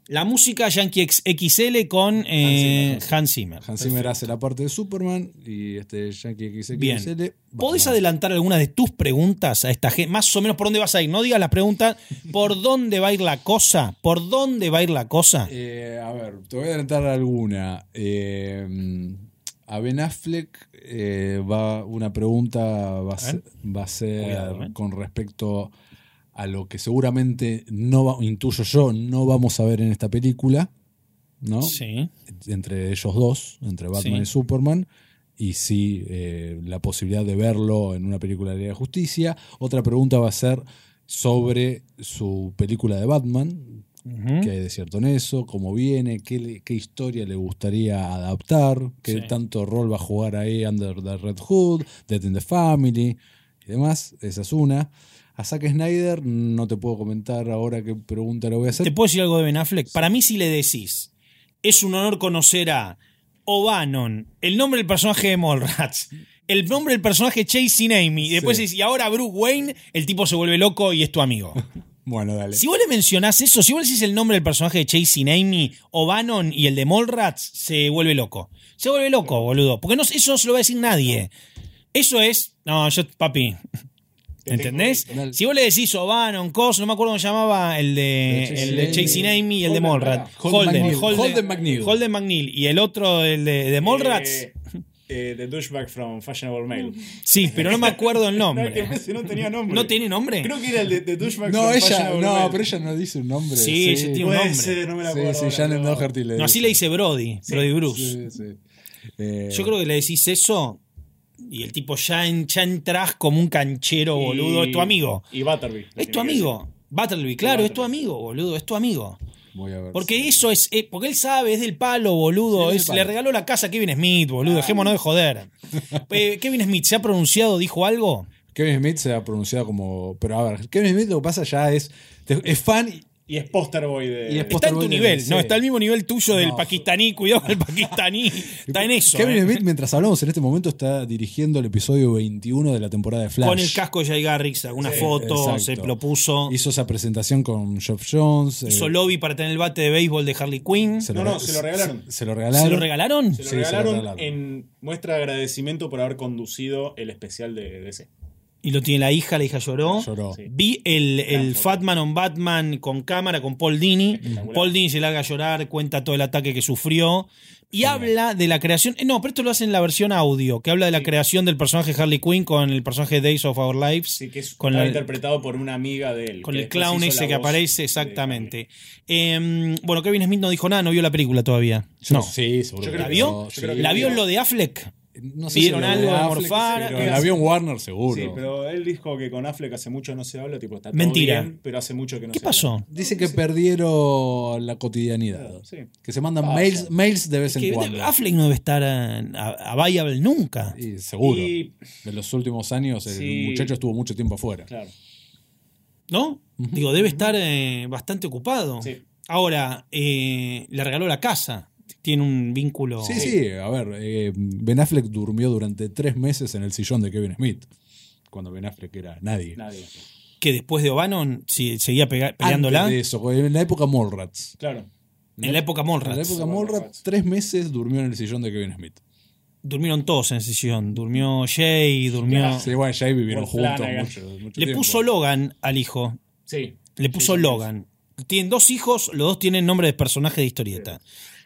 [SPEAKER 1] La música Yankee X- XL con eh, Hans Zimmer.
[SPEAKER 2] Hans Zimmer hace la parte de Superman y este Yankee XXL.
[SPEAKER 1] Bien.
[SPEAKER 2] va-
[SPEAKER 1] ¿Podés
[SPEAKER 2] va-
[SPEAKER 1] adelantar algunas de tus preguntas a esta gente? Más o menos por dónde vas a ir. No digas las preguntas. ¿Por dónde va a ir la cosa? ¿Por dónde va a ir la cosa?
[SPEAKER 2] Eh, a ver, te voy a adelantar alguna. Eh, a Ben Affleck eh, va una pregunta va a, ser, va a ser
[SPEAKER 1] Cuidado, eh. Ben.
[SPEAKER 2] con respecto a lo que seguramente no va- intuyo yo no vamos a ver en esta película, ¿no?
[SPEAKER 1] Sí.
[SPEAKER 2] Entre ellos dos, entre Batman
[SPEAKER 1] Sí.
[SPEAKER 2] y Superman. Y sí, eh, la posibilidad de verlo en una película de la Liga de Justicia. Otra pregunta va a ser sobre su película de Batman,
[SPEAKER 1] Ujú.
[SPEAKER 2] qué hay de cierto en eso, cómo viene, qué, le- qué historia le gustaría adaptar, qué
[SPEAKER 1] Sí.
[SPEAKER 2] tanto rol va a jugar ahí Under the Red Hood, Death in the Family y demás. Esa es una. A Zack Snyder no te puedo comentar ahora qué pregunta le voy a hacer.
[SPEAKER 1] ¿Te puedo decir algo de Ben Affleck? Para mí, si le decís, es un honor conocer a O'Bannon, el nombre del personaje de Mallrats, el nombre del personaje Chasing Amy, y después
[SPEAKER 2] Sí.
[SPEAKER 1] decís, y ahora Bruce Wayne, el tipo se vuelve loco y es tu amigo.
[SPEAKER 2] Bueno, dale.
[SPEAKER 1] Si vos le mencionás eso, si vos le decís el nombre del personaje de Chasing Amy, O'Bannon y el de Mallrats, se vuelve loco. Se vuelve loco, boludo. Porque no, eso no se lo va a decir nadie. Eso es. No, yo, papi. ¿Entendés?
[SPEAKER 2] Dale.
[SPEAKER 1] Si vos le decís O'Bannon, Cos, no me acuerdo cómo se llamaba el de, el de Chasing Amy y el de
[SPEAKER 3] Holden,
[SPEAKER 1] Mallrats.
[SPEAKER 3] pará.
[SPEAKER 1] Holden,
[SPEAKER 2] Holden McNeil.
[SPEAKER 1] Holden,
[SPEAKER 2] Holden McNeil.
[SPEAKER 1] Holden McNeil. Y el otro, el de, de Mallrats.
[SPEAKER 3] Eh, eh, the douchebag from Fashionable Mail.
[SPEAKER 1] sí, pero no me acuerdo el
[SPEAKER 3] No, que
[SPEAKER 1] nombre.
[SPEAKER 3] ese no tenía nombre.
[SPEAKER 1] ¿No tiene nombre?
[SPEAKER 3] Creo que era el de, The douchebag
[SPEAKER 2] No,
[SPEAKER 3] from
[SPEAKER 2] ella,
[SPEAKER 3] Fashionable
[SPEAKER 2] no,
[SPEAKER 3] Mail.
[SPEAKER 2] pero ella no dice un nombre.
[SPEAKER 1] Sí, ella tiene un
[SPEAKER 3] Puede
[SPEAKER 1] nombre.
[SPEAKER 3] ser, no me la
[SPEAKER 2] Sí,
[SPEAKER 3] acuerdo.
[SPEAKER 2] sí,
[SPEAKER 3] ahora,
[SPEAKER 2] Janet
[SPEAKER 3] pero-
[SPEAKER 2] Doherty le
[SPEAKER 1] No, así le dice Brody, Brody Bruce.
[SPEAKER 2] Sí, sí. Eh,
[SPEAKER 1] Yo creo que le decís eso y el tipo ya, en, ya entras como un canchero, boludo.
[SPEAKER 3] Y-
[SPEAKER 1] Es tu amigo.
[SPEAKER 3] Y Butterby.
[SPEAKER 1] Es tu amigo. Battleby, claro, es tu amigo, boludo. Es tu amigo.
[SPEAKER 2] voy a ver si-
[SPEAKER 1] Porque eso es. eh, porque él sabe, es del palo, boludo.
[SPEAKER 2] Sí,
[SPEAKER 1] es-
[SPEAKER 2] es del palo. Ah.
[SPEAKER 1] Le regaló la casa a Kevin Smith, boludo. Dejémonos de joder. Eh, Kevin Smith, ¿se ha pronunciado, dijo algo?
[SPEAKER 2] Kevin Smith se ha pronunciado como. Pero a ver, Kevin Smith lo que pasa ya es. te- Es fan y-
[SPEAKER 3] Y es poster boy de.
[SPEAKER 2] Y es
[SPEAKER 1] Está en tu
[SPEAKER 2] Boy de
[SPEAKER 1] nivel,
[SPEAKER 2] DC.
[SPEAKER 1] no, está al mismo nivel tuyo del
[SPEAKER 2] No.
[SPEAKER 1] pakistaní, cuidado con el pakistaní. Está en eso.
[SPEAKER 2] Kevin
[SPEAKER 1] eh.
[SPEAKER 2] Smith, mientras hablamos en este momento, está dirigiendo el episodio 21 de la temporada de Flash.
[SPEAKER 1] Con el casco de Jay Garrix, alguna foto,
[SPEAKER 2] exacto.
[SPEAKER 1] se lo puso.
[SPEAKER 2] Hizo esa presentación con Geoff Jones. eh,
[SPEAKER 1] Hizo lobby para tener el bate de béisbol de Harley Quinn.
[SPEAKER 2] se
[SPEAKER 3] No, no, se lo regalaron.
[SPEAKER 2] Se, se lo
[SPEAKER 1] ¿Se
[SPEAKER 2] regalaron.
[SPEAKER 1] lo regalaron?
[SPEAKER 3] Se
[SPEAKER 2] Sí,
[SPEAKER 3] lo
[SPEAKER 2] se lo
[SPEAKER 3] regalaron
[SPEAKER 2] regalaron.
[SPEAKER 3] en muestra de agradecimiento por haber conducido el especial de DC.
[SPEAKER 1] Y lo tiene la hija, la hija lloró.
[SPEAKER 2] Lloró.
[SPEAKER 3] Sí.
[SPEAKER 1] Vi el, el
[SPEAKER 3] foto.
[SPEAKER 1] Fatman on Batman con cámara, con Paul Dini. Paul Dini se larga a llorar, cuenta todo el ataque que sufrió. Y habla de la creación. eh, No, pero esto lo hace en la versión audio, que habla de la creación del personaje Harley Quinn con el personaje Days of Our Lives.
[SPEAKER 3] Sí, que es
[SPEAKER 1] con
[SPEAKER 3] estaba
[SPEAKER 1] la-
[SPEAKER 3] interpretado por una amiga de él.
[SPEAKER 1] Con
[SPEAKER 3] que
[SPEAKER 1] el
[SPEAKER 3] después
[SPEAKER 1] clown
[SPEAKER 3] hizo
[SPEAKER 1] ese
[SPEAKER 3] la
[SPEAKER 1] que
[SPEAKER 3] voz
[SPEAKER 1] aparece,
[SPEAKER 3] de-
[SPEAKER 1] exactamente. Eh, bueno, Kevin Smith no dijo nada, no vio la película todavía.
[SPEAKER 2] Yo-
[SPEAKER 1] No.
[SPEAKER 2] Sí, seguro.
[SPEAKER 3] Yo
[SPEAKER 2] que
[SPEAKER 3] creo
[SPEAKER 1] ¿La
[SPEAKER 3] que
[SPEAKER 1] vio?
[SPEAKER 3] no, yo
[SPEAKER 2] sí.
[SPEAKER 3] creo que
[SPEAKER 1] ¿La
[SPEAKER 3] no.
[SPEAKER 1] vio en lo de Affleck?
[SPEAKER 2] Eh, No
[SPEAKER 1] ¿Vieron
[SPEAKER 2] lo de
[SPEAKER 1] algo de
[SPEAKER 2] Affleck,
[SPEAKER 1] morfar?
[SPEAKER 2] pero
[SPEAKER 3] ¿Qué
[SPEAKER 2] La
[SPEAKER 3] hace?
[SPEAKER 2] vio en Warner, seguro.
[SPEAKER 3] Sí, pero él dijo que con Affleck hace mucho no se habla, tipo, está todo
[SPEAKER 1] Mentira.
[SPEAKER 3] bien, pero hace mucho que no
[SPEAKER 1] ¿Qué
[SPEAKER 3] se habla.
[SPEAKER 1] pasó?
[SPEAKER 2] Dice que perdieron la cotidianidad.
[SPEAKER 3] Sí.
[SPEAKER 2] Que se mandan
[SPEAKER 3] Ah,
[SPEAKER 2] mails, mails de vez en
[SPEAKER 1] Que
[SPEAKER 2] cuando.
[SPEAKER 1] Affleck no debe estar eh, a- available nunca.
[SPEAKER 2] Y seguro.
[SPEAKER 3] Y-
[SPEAKER 2] De los últimos años, el
[SPEAKER 3] Sí.
[SPEAKER 2] muchacho estuvo mucho tiempo afuera.
[SPEAKER 3] Claro.
[SPEAKER 1] ¿No? Digo, debe estar eh, bastante ocupado.
[SPEAKER 3] Sí.
[SPEAKER 1] Ahora, eh, le regaló la casa. Tiene un vínculo.
[SPEAKER 2] Sí, sí, a ver, eh, Ben Affleck durmió durante tres meses en el sillón de Kevin Smith, cuando Ben Affleck era nadie.
[SPEAKER 3] Nadie.
[SPEAKER 1] Que después de O'Bannon si- seguía pega- peleándola.
[SPEAKER 2] Antes de eso, en la época Mallrats.
[SPEAKER 3] Claro.
[SPEAKER 1] en la época
[SPEAKER 2] En la
[SPEAKER 1] Mallrats.
[SPEAKER 2] época Mallrats, tres meses durmió en el sillón de Kevin Smith.
[SPEAKER 1] Durmieron todos en sesión. Durmió Jay, durmió.
[SPEAKER 2] Sí, bueno, ya ahí vivieron
[SPEAKER 3] Por
[SPEAKER 2] juntos
[SPEAKER 3] Flanagan.
[SPEAKER 2] mucho, mucho
[SPEAKER 1] Le
[SPEAKER 2] tiempo.
[SPEAKER 1] puso Logan al hijo.
[SPEAKER 3] Sí.
[SPEAKER 1] Le puso Logan. Tienen dos hijos, los dos tienen nombre de personaje de historieta.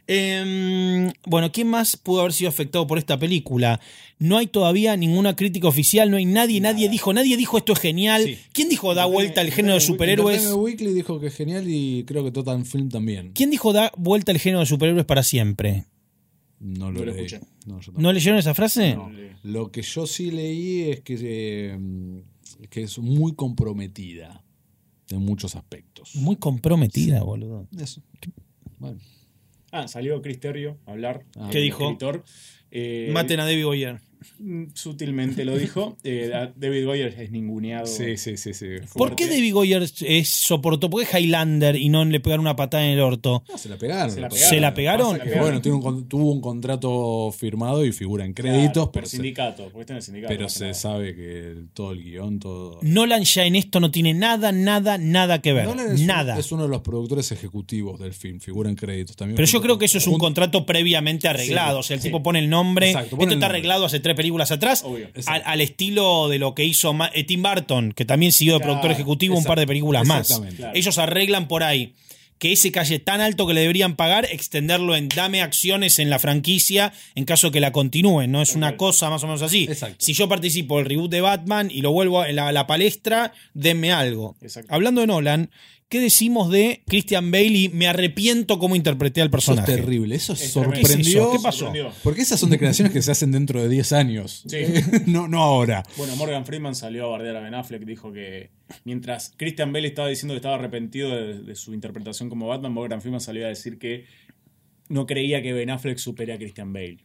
[SPEAKER 1] Em, bueno, ¿quién más pudo haber sido afectado por esta película? No hay todavía ninguna crítica oficial, no hay nadie, nadie dijo, nadie dijo esto es genial.
[SPEAKER 3] Sí.
[SPEAKER 1] ¿Quién dijo da vuelta al género de
[SPEAKER 2] Entertainment
[SPEAKER 1] superhéroes?
[SPEAKER 2] Weekly dijo que es genial y creo que Total Film también.
[SPEAKER 1] ¿Quién dijo da vuelta al género de superhéroes para siempre?
[SPEAKER 2] No lo,
[SPEAKER 3] No lo
[SPEAKER 2] leí.
[SPEAKER 3] escuché.
[SPEAKER 2] No, yo tampoco.
[SPEAKER 1] ¿No leyeron esa frase?
[SPEAKER 2] Lo que yo sí leí es que, eh, que es muy comprometida en muchos aspectos.
[SPEAKER 1] Muy comprometida, boludo.
[SPEAKER 2] Eso. Bueno.
[SPEAKER 3] Ah, salió Chris Terrio a hablar.
[SPEAKER 2] Ah.
[SPEAKER 1] ¿Qué dijo?
[SPEAKER 3] Escritor. Eh,
[SPEAKER 1] Maten a Debbie Boyer.
[SPEAKER 3] mm, sutilmente lo dijo. Eh, a David Goyer es ninguneado.
[SPEAKER 5] Sí, sí, sí, sí.
[SPEAKER 1] ¿Por qué David Goyer es- soportó? ¿Por qué Highlander y no le pegaron una patada en el orto?
[SPEAKER 2] Ah, se la pegaron.
[SPEAKER 3] Se la
[SPEAKER 2] Lo que
[SPEAKER 1] ¿Se la pegaron?
[SPEAKER 3] Se la
[SPEAKER 2] pasa es que, bueno, tiene un con- tuvo un contrato firmado y figura en créditos,
[SPEAKER 3] Claro, por
[SPEAKER 2] pero, se,
[SPEAKER 3] sindicato, porque está en el sindicato.
[SPEAKER 2] pero
[SPEAKER 3] más que
[SPEAKER 2] se
[SPEAKER 3] nada.
[SPEAKER 2] sabe que el- todo el guión, todo.
[SPEAKER 1] Nolan ya en esto no tiene nada, nada, nada que ver.
[SPEAKER 2] Nolan es un-
[SPEAKER 1] nada.
[SPEAKER 2] es uno de los productores ejecutivos del film, figura en créditos también.
[SPEAKER 1] Pero yo
[SPEAKER 2] junto
[SPEAKER 1] creo
[SPEAKER 2] con-
[SPEAKER 1] que eso es un
[SPEAKER 2] junto-
[SPEAKER 1] contrato previamente arreglado.
[SPEAKER 2] Sí,
[SPEAKER 1] o sea, el
[SPEAKER 3] sí.
[SPEAKER 1] tipo pone el nombre.
[SPEAKER 2] Exacto, pone
[SPEAKER 1] esto
[SPEAKER 2] el
[SPEAKER 1] está
[SPEAKER 2] nombre.
[SPEAKER 1] arreglado hace tres películas atrás.
[SPEAKER 3] Obvio.
[SPEAKER 1] Al, al estilo de lo que hizo Ma- eh, Tim Burton, que también siguió de
[SPEAKER 3] Claro,
[SPEAKER 1] productor ejecutivo un par de películas más.
[SPEAKER 2] Exactamente.
[SPEAKER 3] Claro.
[SPEAKER 1] Ellos arreglan por ahí que ese calle tan alto que le deberían pagar, extenderlo en dame acciones en la franquicia en caso que la continúen. No es una
[SPEAKER 3] Exacto.
[SPEAKER 1] cosa más o menos así.
[SPEAKER 2] Exacto.
[SPEAKER 1] Si yo participo del reboot de Batman y lo vuelvo a la, la palestra, denme algo.
[SPEAKER 3] Exacto.
[SPEAKER 1] Hablando de Nolan, ¿qué decimos de Christian Bale y me arrepiento cómo interpreté al
[SPEAKER 2] Eso es
[SPEAKER 1] personaje?
[SPEAKER 2] terrible. Eso
[SPEAKER 3] Es
[SPEAKER 2] sorprendió.
[SPEAKER 1] ¿Qué es eso? ¿Qué pasó?
[SPEAKER 3] Sorprendió.
[SPEAKER 2] Porque esas son declaraciones que se hacen dentro de 10 años.
[SPEAKER 3] Sí.
[SPEAKER 2] no, no ahora.
[SPEAKER 3] Bueno, Morgan Freeman salió a bardear a Ben Affleck, dijo que mientras Christian Bale estaba diciendo que estaba arrepentido de, de su interpretación como Batman, Morgan Freeman salió a decir que no creía que Ben Affleck supere a Christian Bale.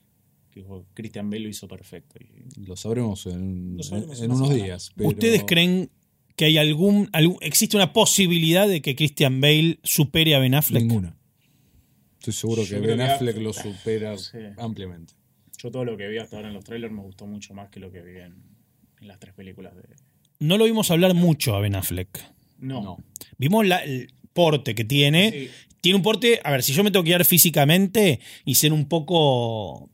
[SPEAKER 3] Dijo, Christian Bale lo hizo perfecto. Y-
[SPEAKER 2] Lo sabremos en,
[SPEAKER 3] Lo sabremos
[SPEAKER 2] en
[SPEAKER 3] en una
[SPEAKER 2] unos
[SPEAKER 3] semana.
[SPEAKER 2] días. pero-
[SPEAKER 1] ¿Ustedes creen que hay algún, algún- existe una posibilidad de que Christian Bale supere a Ben Affleck?
[SPEAKER 2] Ninguna. Estoy seguro
[SPEAKER 3] Yo
[SPEAKER 2] que
[SPEAKER 3] creo
[SPEAKER 2] Ben
[SPEAKER 3] que
[SPEAKER 2] Affleck
[SPEAKER 3] Affleck-
[SPEAKER 2] lo supera
[SPEAKER 3] Sí.
[SPEAKER 2] ampliamente.
[SPEAKER 3] Yo todo lo que vi hasta ahora en los trailers me gustó mucho más que lo que vi en, en las tres películas de...
[SPEAKER 1] No lo vimos hablar mucho a Ben Affleck.
[SPEAKER 3] No.
[SPEAKER 2] No.
[SPEAKER 1] Vimos la- el porte que tiene.
[SPEAKER 3] Sí.
[SPEAKER 1] Tiene un porte. A ver, si yo me tengo que guiar físicamente y ser un poco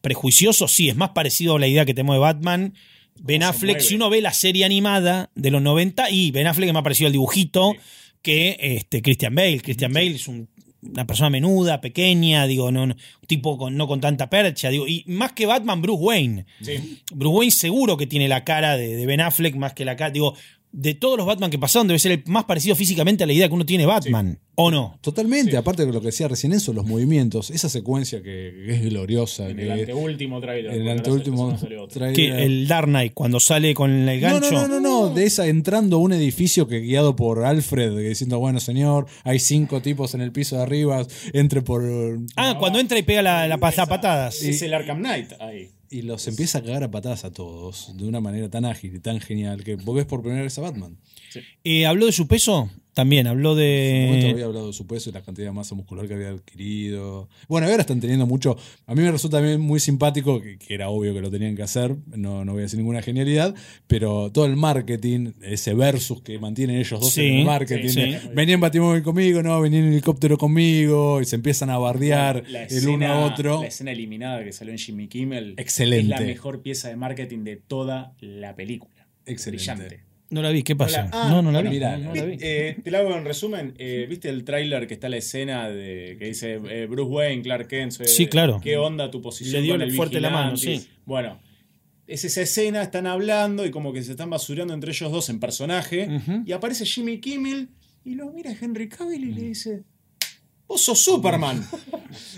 [SPEAKER 1] prejuicioso, sí, es más parecido a la idea que tenemos de Batman. Ben
[SPEAKER 3] se
[SPEAKER 1] Affleck,
[SPEAKER 3] mueve.
[SPEAKER 1] si uno ve la serie animada de los 90, y Ben Affleck es más parecido al dibujito
[SPEAKER 3] Sí.
[SPEAKER 1] que este, Christian Bale. Christian Bale es un- una persona menuda, pequeña, digo, no, no- un tipo con, no con tanta percha, digo, y más que Batman, Bruce Wayne.
[SPEAKER 3] Sí.
[SPEAKER 1] Bruce Wayne seguro que tiene la cara de, de Ben Affleck más que la cara. Digo, de todos los Batman que pasaron, debe ser el más parecido físicamente a la idea que uno tiene de Batman. ¿O no?
[SPEAKER 2] Totalmente,
[SPEAKER 3] Sí.
[SPEAKER 2] aparte de lo que decía recién eso, los movimientos, esa secuencia que, que es gloriosa.
[SPEAKER 3] En
[SPEAKER 2] que
[SPEAKER 3] el anteúltimo trailer.
[SPEAKER 2] el
[SPEAKER 3] porque ahora
[SPEAKER 2] anteúltimo
[SPEAKER 3] esta semana salió otro.
[SPEAKER 2] trailer.
[SPEAKER 1] Que el Dark Knight, cuando sale con el
[SPEAKER 2] No,
[SPEAKER 1] gancho.
[SPEAKER 2] no, no, no, no, de esa entrando a un edificio que guiado por Alfred, que diciendo, bueno señor, hay cinco tipos en el piso de arriba, entre por...
[SPEAKER 1] Ah, cuando entra y pega la, la, pas- las patadas.
[SPEAKER 3] Es el Arkham Knight ahí.
[SPEAKER 2] Y
[SPEAKER 3] Ah.
[SPEAKER 2] los empieza a cagar a patadas a todos, de una manera tan ágil y tan genial, que vos ves por primera vez a Batman.
[SPEAKER 1] Eh, ¿Habló de su peso? También, habló
[SPEAKER 3] Eh,
[SPEAKER 2] Momento
[SPEAKER 1] de.
[SPEAKER 2] había hablado de su peso y la cantidad de masa muscular que había adquirido. Bueno, ahora están teniendo mucho. A mí me resulta también muy simpático, que, que era obvio que lo tenían que hacer, no, no voy a decir ninguna genialidad, pero todo el marketing, ese versus que mantienen ellos dos
[SPEAKER 1] Sí,
[SPEAKER 2] en el marketing.
[SPEAKER 1] sí,
[SPEAKER 2] de,
[SPEAKER 1] sí.
[SPEAKER 2] Vení en batimóvil conmigo, no, vení en helicóptero conmigo, y se empiezan a bardear
[SPEAKER 3] La
[SPEAKER 2] el uno a
[SPEAKER 3] escena-
[SPEAKER 2] otro.
[SPEAKER 3] La escena eliminada que salió en Jimmy Kimmel.
[SPEAKER 2] Excelente.
[SPEAKER 3] Es la mejor pieza de marketing de toda la película.
[SPEAKER 2] Excelente.
[SPEAKER 3] Brillante.
[SPEAKER 1] No la vi, ¿qué pasa?
[SPEAKER 3] Hola. Ah,
[SPEAKER 1] no, no la
[SPEAKER 3] bueno,
[SPEAKER 1] vi.
[SPEAKER 2] mirá,
[SPEAKER 1] no la
[SPEAKER 3] Vi-
[SPEAKER 1] vi.
[SPEAKER 3] eh, te lo hago en resumen. Eh, ¿Viste el tráiler que está la escena de que dice eh, Bruce Wayne, Clark Kent? eh,
[SPEAKER 1] Sí, claro.
[SPEAKER 3] ¿Qué onda tu posición?
[SPEAKER 1] Le dio
[SPEAKER 3] con el
[SPEAKER 1] fuerte la mano,
[SPEAKER 3] vigilante?
[SPEAKER 1] sí.
[SPEAKER 3] Bueno, es esa escena, están hablando y como que se están basurando entre ellos dos en personaje.
[SPEAKER 1] Ujú.
[SPEAKER 3] Y aparece Jimmy Kimmel y lo mira a Henry Cavill y le
[SPEAKER 1] Mm.
[SPEAKER 3] dice: Vos sos Superman.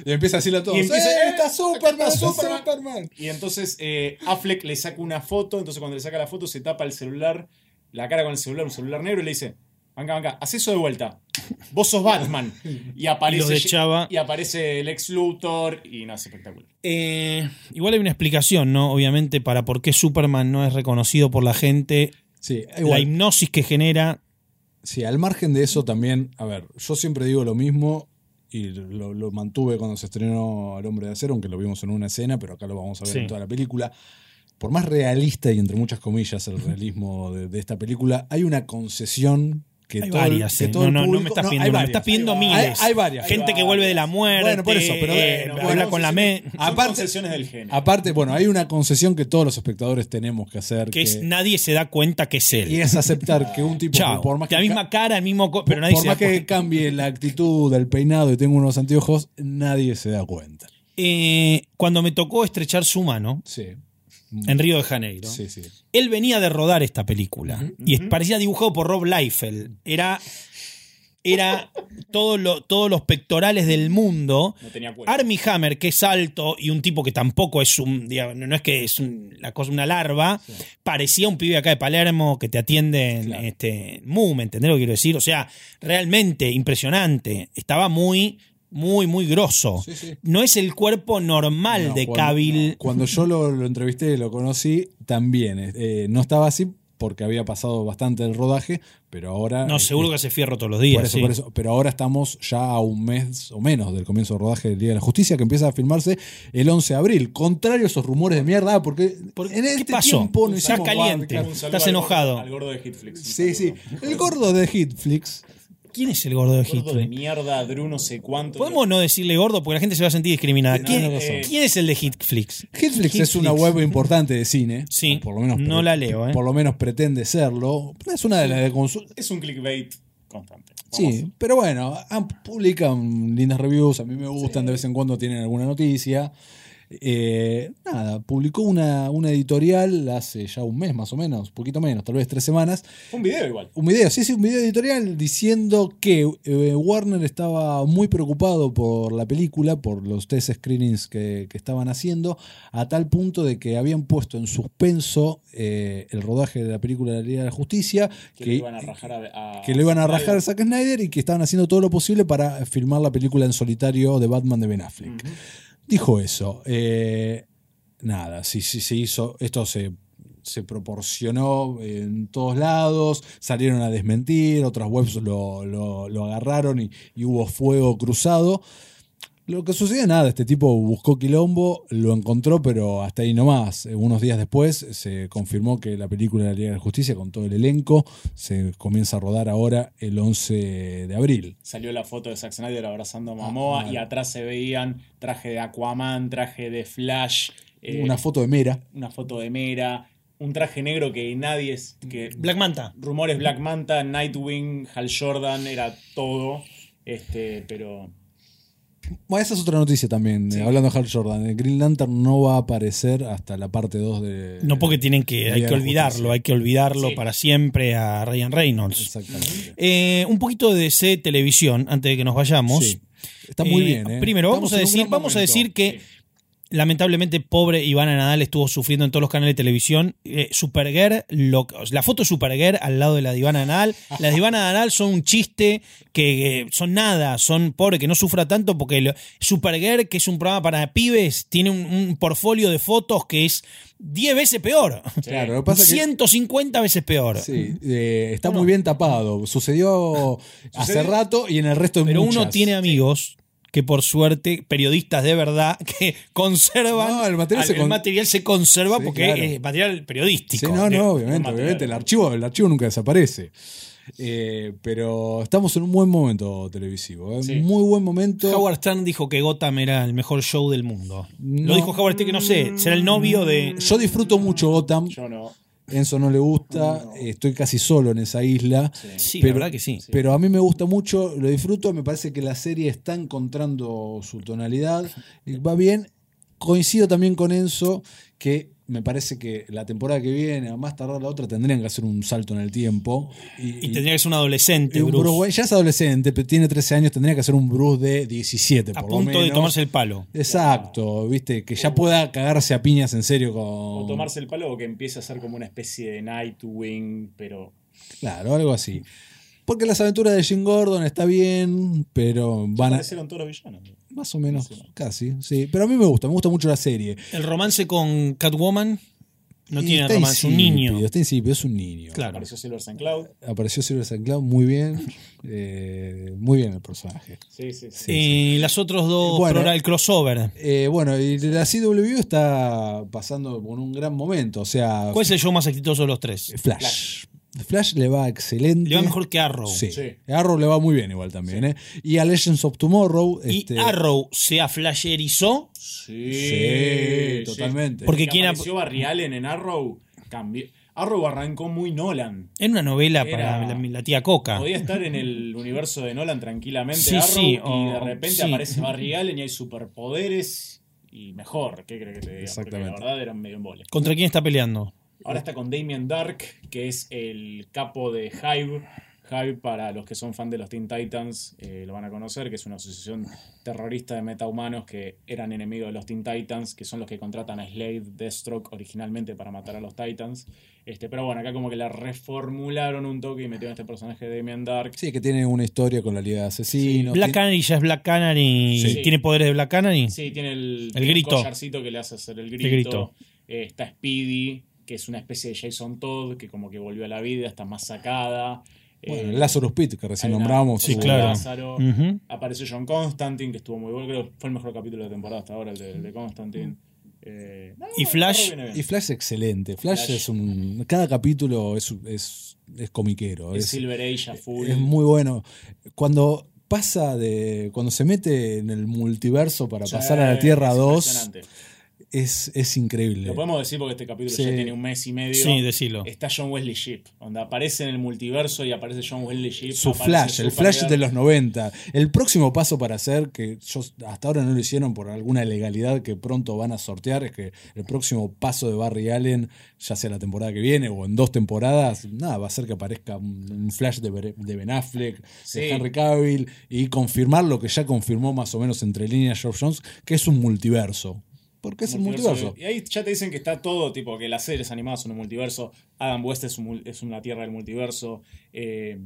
[SPEAKER 2] Y empieza a decirlo a todos.
[SPEAKER 3] Y empieza,
[SPEAKER 2] "Eh,
[SPEAKER 3] "Eh,
[SPEAKER 2] está
[SPEAKER 3] acá
[SPEAKER 2] Superman,
[SPEAKER 3] está
[SPEAKER 2] Superman.
[SPEAKER 3] Superman". Y entonces eh, Affleck le saca una foto, entonces cuando le saca la foto se tapa el celular, la cara con el celular, un celular negro, y le dice, venga, venga, haz eso de vuelta. Vos sos Batman. Y
[SPEAKER 1] Y los
[SPEAKER 3] aparece,
[SPEAKER 1] de Chava.
[SPEAKER 3] y aparece el ex Luthor y no, es espectacular.
[SPEAKER 1] Eh, igual hay una explicación, ¿no? Obviamente, para por qué Superman no es reconocido por la gente.
[SPEAKER 2] Sí,
[SPEAKER 1] La
[SPEAKER 2] igual.
[SPEAKER 1] hipnosis que genera.
[SPEAKER 2] Sí, al margen de eso también, a ver, yo siempre digo lo mismo y lo, lo mantuve cuando se estrenó El Hombre de Acero, aunque lo vimos en una escena, pero acá lo vamos a ver
[SPEAKER 1] Sí.
[SPEAKER 2] en toda la película. Por más realista y entre muchas comillas el realismo de, de esta película, hay una concesión que
[SPEAKER 1] Hay
[SPEAKER 2] todo el-
[SPEAKER 1] varias.
[SPEAKER 2] que
[SPEAKER 1] eh.
[SPEAKER 2] todo
[SPEAKER 1] No,
[SPEAKER 2] el
[SPEAKER 1] no, no
[SPEAKER 2] público-
[SPEAKER 1] me estás
[SPEAKER 2] no,
[SPEAKER 1] pidiendo
[SPEAKER 2] hay
[SPEAKER 1] una, me
[SPEAKER 2] varias.
[SPEAKER 1] estás pidiendo
[SPEAKER 3] Hay
[SPEAKER 1] miles.
[SPEAKER 2] Hay- hay varias.
[SPEAKER 1] Gente que
[SPEAKER 3] varias.
[SPEAKER 1] vuelve de la muerte.
[SPEAKER 2] Bueno, por eso, pero
[SPEAKER 1] eh,
[SPEAKER 2] bueno,
[SPEAKER 1] habla
[SPEAKER 2] bueno,
[SPEAKER 1] con la me.
[SPEAKER 3] Son
[SPEAKER 2] Aparte-
[SPEAKER 3] concesiones del género.
[SPEAKER 2] Aparte, bueno, hay una concesión que todos los espectadores tenemos que hacer.
[SPEAKER 1] Que es
[SPEAKER 2] que-
[SPEAKER 1] nadie se da cuenta que es él.
[SPEAKER 2] y es aceptar que un tipo que
[SPEAKER 1] Chao.
[SPEAKER 2] por más que
[SPEAKER 1] la misma cara, el mismo. co- Pero nadie
[SPEAKER 2] por
[SPEAKER 1] se da
[SPEAKER 2] más que
[SPEAKER 1] cuenta.
[SPEAKER 2] cambie la actitud, el peinado y tengo unos anteojos, nadie se da cuenta.
[SPEAKER 1] Eh, cuando me tocó estrechar su mano
[SPEAKER 2] Sí.
[SPEAKER 1] en Río de Janeiro,
[SPEAKER 2] Sí, sí.
[SPEAKER 1] él venía de rodar esta película y es- parecía dibujado por Rob Liefeld. Era. Era todo lo- todos los pectorales del mundo.
[SPEAKER 3] no tenía cuenta.
[SPEAKER 1] Army Hammer, que es alto y un tipo que tampoco es un. digamos, no es que es un- la cosa, una larva, parecía un pibe acá de Palermo que te atiende en
[SPEAKER 2] Claro.
[SPEAKER 1] este, MUM, ¿entendés lo que quiero decir? O sea, realmente impresionante. Estaba muy muy, muy grosso.
[SPEAKER 2] Sí, sí.
[SPEAKER 1] No es el cuerpo normal
[SPEAKER 2] No,
[SPEAKER 1] de
[SPEAKER 2] cuando-
[SPEAKER 1] Cavill.
[SPEAKER 2] no, Cuando yo lo, lo entrevisté y lo conocí, también eh, no estaba así porque había pasado bastante el rodaje, pero ahora.
[SPEAKER 1] No,
[SPEAKER 2] eh,
[SPEAKER 1] seguro que hace fierro todos los días.
[SPEAKER 2] Por eso,
[SPEAKER 1] sí.
[SPEAKER 2] por eso. Pero ahora estamos ya a un mes o menos del comienzo del rodaje del Día de la Justicia, que empieza a filmarse el 11 de abril. Contrario a esos rumores de mierda, ah, porque
[SPEAKER 1] ¿Por-
[SPEAKER 2] en
[SPEAKER 1] qué
[SPEAKER 2] este
[SPEAKER 1] pasó?
[SPEAKER 2] tiempo no
[SPEAKER 1] Está
[SPEAKER 2] hicimos
[SPEAKER 1] caliente.
[SPEAKER 2] barca.
[SPEAKER 1] Un
[SPEAKER 3] saludo
[SPEAKER 1] Estás
[SPEAKER 3] al-
[SPEAKER 1] enojado.
[SPEAKER 3] Al gordo de Hitflix. un
[SPEAKER 2] Sí, sí.
[SPEAKER 3] saludo.
[SPEAKER 2] El gordo de Hitflix.
[SPEAKER 1] ¿Quién es el gordo de
[SPEAKER 3] Gordo de
[SPEAKER 1] Hitler?
[SPEAKER 3] mierda, Drew no sé cuánto.
[SPEAKER 1] Podemos no decirle gordo porque la gente se va a sentir discriminada.
[SPEAKER 2] No,
[SPEAKER 1] ¿Quién,
[SPEAKER 2] no lo son.
[SPEAKER 1] quién es el de Hitflix?
[SPEAKER 2] Hitflix es una web importante de cine.
[SPEAKER 1] Sí,
[SPEAKER 2] O por lo menos
[SPEAKER 1] no la leo, eh.
[SPEAKER 2] Por lo menos pretende serlo. Es una de las de consu-
[SPEAKER 3] Es un clickbait constante. Vamos.
[SPEAKER 2] Sí, pero bueno, han- publican lindas reviews, a mí me gustan, de vez en cuando tienen alguna noticia. Eh, nada, publicó una, una editorial hace ya un mes más o menos, poquito menos, tal vez tres semanas.
[SPEAKER 3] Un video igual.
[SPEAKER 2] Un video, sí, sí, un video editorial diciendo que eh, Warner estaba muy preocupado por la película, por los test screenings que, que estaban haciendo, a tal punto de que habían puesto en suspenso eh, el rodaje de la película de la Liga de la Justicia,
[SPEAKER 3] Que le iban a rajar a. a-
[SPEAKER 2] que lo iban a
[SPEAKER 3] Snyder.
[SPEAKER 2] rajar a Zack Snyder y que estaban haciendo todo lo posible para filmar la película en solitario de Batman de Ben Affleck.
[SPEAKER 3] Ujú.
[SPEAKER 2] Dijo eso. eh, nada, sí, sí, se hizo. Esto se, se proporcionó en todos lados. Salieron a desmentir. Otras webs lo, lo- lo agarraron y, y hubo fuego cruzado. Lo que sucede, nada, este tipo buscó quilombo, lo encontró, pero hasta ahí nomás. Eh, Unos días después se confirmó que la película de la Liga de la Justicia, con todo el elenco, se comienza a rodar ahora el 11 de abril.
[SPEAKER 3] Salió la foto de Zack Snyder abrazando a Momoa
[SPEAKER 2] Ah,
[SPEAKER 3] y
[SPEAKER 2] claro.
[SPEAKER 3] atrás se veían traje de Aquaman, traje de Flash, eh,
[SPEAKER 2] Una foto de Mera.
[SPEAKER 3] una foto de Mera, un traje negro que nadie es. Que,
[SPEAKER 1] Black Manta.
[SPEAKER 3] rumores Black Manta, Nightwing, Hal Jordan, era todo. Este, pero.
[SPEAKER 2] Bueno, esa es otra noticia también,
[SPEAKER 3] Sí.
[SPEAKER 2] eh, hablando de Hal Jordan. El Green Lantern no va a aparecer hasta la parte 2 de...
[SPEAKER 1] No porque tienen que,
[SPEAKER 2] Liga
[SPEAKER 1] hay
[SPEAKER 2] de
[SPEAKER 1] que
[SPEAKER 2] la
[SPEAKER 1] olvidarlo,
[SPEAKER 2] Justicia.
[SPEAKER 1] hay que olvidarlo
[SPEAKER 3] Sí.
[SPEAKER 1] para siempre a Ryan Reynolds.
[SPEAKER 2] Exactamente.
[SPEAKER 1] Eh, un poquito de C televisión antes de que nos vayamos.
[SPEAKER 2] Sí. Está muy
[SPEAKER 1] Eh,
[SPEAKER 2] bien, ¿eh?
[SPEAKER 1] Primero, vamos
[SPEAKER 2] Estamos
[SPEAKER 1] a
[SPEAKER 2] en un
[SPEAKER 1] decir,
[SPEAKER 2] gran
[SPEAKER 1] vamos a
[SPEAKER 2] momento.
[SPEAKER 1] decir que
[SPEAKER 3] Sí.
[SPEAKER 1] lamentablemente pobre Ivana Nadal estuvo sufriendo en todos los canales de televisión. Eh, Supergirl, lo- la foto de Supergirl al lado de la de Ivana Nadal. Las de Ivana Nadal son un chiste que eh, son nada, son pobre, que no sufra tanto porque lo- Supergirl, que es un programa para pibes, tiene un, un portfolio de fotos que es 10 veces peor.
[SPEAKER 2] Claro, lo que pasa es que...
[SPEAKER 1] 150 veces peor.
[SPEAKER 2] Sí, eh, está muy bien tapado. Sucedió hace
[SPEAKER 3] Sucedió-
[SPEAKER 2] rato y en el resto de
[SPEAKER 1] Pero uno
[SPEAKER 2] muchas.
[SPEAKER 1] tiene amigos que por suerte, periodistas de verdad, que conservan.
[SPEAKER 2] No, el material
[SPEAKER 1] al-
[SPEAKER 2] se con-
[SPEAKER 1] material se conserva
[SPEAKER 2] Sí,
[SPEAKER 1] porque
[SPEAKER 2] claro.
[SPEAKER 1] es material periodístico.
[SPEAKER 2] Sí, no,
[SPEAKER 1] De-
[SPEAKER 2] no, obviamente,
[SPEAKER 3] material.
[SPEAKER 2] obviamente. El archivo, el archivo nunca desaparece. Eh, pero estamos en un buen momento televisivo. ¿eh?
[SPEAKER 3] Sí.
[SPEAKER 2] Muy buen momento.
[SPEAKER 1] Howard Stern dijo que Gotham era el mejor show del mundo.
[SPEAKER 2] No. Mm.
[SPEAKER 1] Lo dijo Howard Stern, que no sé, será el novio de.
[SPEAKER 2] Yo disfruto mucho Gotham.
[SPEAKER 3] Yo no.
[SPEAKER 2] Enzo no le gusta. Estoy casi solo en esa isla.
[SPEAKER 1] Sí,
[SPEAKER 2] Pero-
[SPEAKER 1] la verdad que sí.
[SPEAKER 2] Pero a mí me gusta mucho, lo disfruto, me parece que la serie está encontrando su tonalidad, y va bien. Coincido también con Enzo que me parece que la temporada que viene, a más tardar la otra, tendrían que hacer un salto en el tiempo. Y,
[SPEAKER 1] Y tendría que ser un adolescente,
[SPEAKER 2] y un
[SPEAKER 1] Bruce,
[SPEAKER 2] Bruce Wayne- ya es adolescente, pero tiene 13 años, tendría que hacer un Bruce de 17, por
[SPEAKER 1] a
[SPEAKER 2] lo
[SPEAKER 1] punto de
[SPEAKER 2] menos.
[SPEAKER 1] tomarse el palo.
[SPEAKER 2] Exacto, viste, que ya pueda cagarse a piñas en serio con.
[SPEAKER 3] O tomarse el palo o que empiece a ser como una especie de Nightwing, pero.
[SPEAKER 2] Claro, algo así. Porque las aventuras de Jim Gordon está bien, pero van a.
[SPEAKER 3] Aparecieron todos los villanos.
[SPEAKER 2] Más o menos,
[SPEAKER 3] Sí.
[SPEAKER 2] casi, sí. Pero a mí me gusta, me gusta mucho la serie.
[SPEAKER 1] El romance con Catwoman no
[SPEAKER 2] Y
[SPEAKER 1] tiene
[SPEAKER 2] está
[SPEAKER 1] romance, un
[SPEAKER 2] insípido,
[SPEAKER 1] niño.
[SPEAKER 2] Está insípido, es un niño.
[SPEAKER 1] Claro.
[SPEAKER 3] Apareció Silver St. Cloud.
[SPEAKER 2] Apareció Silver St. Cloud, muy bien. eh, muy bien el personaje.
[SPEAKER 3] Sí, sí, sí.
[SPEAKER 1] Eh, Las otros dos,
[SPEAKER 2] Bueno.
[SPEAKER 1] programa- el crossover.
[SPEAKER 2] Eh, bueno, y la CW está pasando por un gran momento. O sea,
[SPEAKER 1] ¿Cuál es el show más exitoso de los tres?
[SPEAKER 2] Eh, Flash. Flash le va excelente.
[SPEAKER 1] Le va mejor que Arrow.
[SPEAKER 2] eh, Sí.
[SPEAKER 3] Sí.
[SPEAKER 2] A Arrow le va muy bien igual también. eh. Y a Legends of Tomorrow.
[SPEAKER 1] Y
[SPEAKER 2] este,
[SPEAKER 1] Arrow se aflasherizó.
[SPEAKER 3] Sí,
[SPEAKER 2] Sí, totalmente.
[SPEAKER 1] Porque
[SPEAKER 3] Porque
[SPEAKER 1] quién
[SPEAKER 3] quien apareció Barry Allen en Arrow cambió. Arrow arrancó muy Nolan.
[SPEAKER 1] Era una novela
[SPEAKER 3] Era-
[SPEAKER 1] para la, la tía
[SPEAKER 2] Ah.
[SPEAKER 1] Coca.
[SPEAKER 3] Podía estar en el universo de Nolan tranquilamente
[SPEAKER 1] Sí,
[SPEAKER 3] Arrow
[SPEAKER 1] sí,
[SPEAKER 3] y
[SPEAKER 1] o-
[SPEAKER 3] de repente
[SPEAKER 1] sí.
[SPEAKER 3] aparece Barry Allen y hay superpoderes y mejor. ¿Qué crees que te diga?
[SPEAKER 2] Exactamente.
[SPEAKER 3] Porque la verdad era medio embole.
[SPEAKER 1] ¿Contra quién está peleando?
[SPEAKER 3] Ahora está con Damien Dark, que es el capo de Hive. Hive, para los que son fan de los Teen Titans, eh, lo van a conocer, que es una asociación terrorista de metahumanos que eran enemigos de los Teen Titans, que son los que contratan a Slade, Deathstroke originalmente para matar a los Titans. Este, pero bueno, acá como que la reformularon un toque y metieron a este personaje de Damien Dark.
[SPEAKER 2] Sí, que tiene una historia con la Liga de Asesinos.
[SPEAKER 1] Black
[SPEAKER 2] tiene-
[SPEAKER 1] Canary ya es Black Canary.
[SPEAKER 3] Sí.
[SPEAKER 1] ¿Tiene poderes de Black Canary?
[SPEAKER 3] Sí, tiene el,
[SPEAKER 1] El grito.
[SPEAKER 3] collarcito que le hace hacer el grito.
[SPEAKER 1] grito.
[SPEAKER 3] Eh, está Speedy, que es una especie de Jason Todd, que como que volvió a la vida, está más sacada.
[SPEAKER 2] bueno,
[SPEAKER 3] Eh,
[SPEAKER 2] Lazarus Pit, que recién
[SPEAKER 3] hay una-
[SPEAKER 2] nombramos. uh. Mm.
[SPEAKER 1] Sí,
[SPEAKER 3] Hugo
[SPEAKER 2] su-
[SPEAKER 1] claro.
[SPEAKER 3] Lázaro.
[SPEAKER 1] Ujú.
[SPEAKER 3] Apareció John Constantine, que estuvo muy bueno. Creo que fue el mejor capítulo de la temporada hasta ahora, el de, el de Constantine. Eh, no,
[SPEAKER 1] ¿Y Flash?
[SPEAKER 3] viene bien.
[SPEAKER 2] Y Flash es excelente. Flash,
[SPEAKER 3] Flash.
[SPEAKER 2] es un. Cada capítulo es, es, es comiquero.
[SPEAKER 3] Es
[SPEAKER 2] es-
[SPEAKER 3] Silver Age a full.
[SPEAKER 2] Es muy bueno. Cuando pasa de. Cuando se mete en el multiverso para
[SPEAKER 3] Sí,
[SPEAKER 2] pasar a la Tierra
[SPEAKER 3] es
[SPEAKER 2] 2,
[SPEAKER 3] impresionante.
[SPEAKER 2] es, es increíble.
[SPEAKER 3] Lo podemos decir porque este capítulo
[SPEAKER 2] Sí.
[SPEAKER 3] ya tiene un mes y medio.
[SPEAKER 1] Sí, decilo.
[SPEAKER 3] Está John Wesley Shipp, donde aparece en el multiverso y aparece John Wesley Shipp.
[SPEAKER 2] Su
[SPEAKER 3] aparece
[SPEAKER 2] flash, el flash
[SPEAKER 3] Supergirl.
[SPEAKER 2] de los 90. El próximo paso para hacer, que yo hasta ahora no lo hicieron por alguna legalidad que pronto van a sortear, es que el próximo paso de Barry Allen, ya sea la temporada que viene o en dos temporadas, nada, va a ser que aparezca un un flash de, Ber- de Ben Affleck,
[SPEAKER 3] Sí.
[SPEAKER 2] de Henry Cavill, y confirmar lo que ya confirmó más o menos entre líneas Geoff Jones, que es un multiverso. Porque es un multiverso.
[SPEAKER 3] de- Y ahí ya te dicen que está todo, tipo, que las series animadas son un multiverso. Adam West es, un mul- es una tierra del multiverso. eh,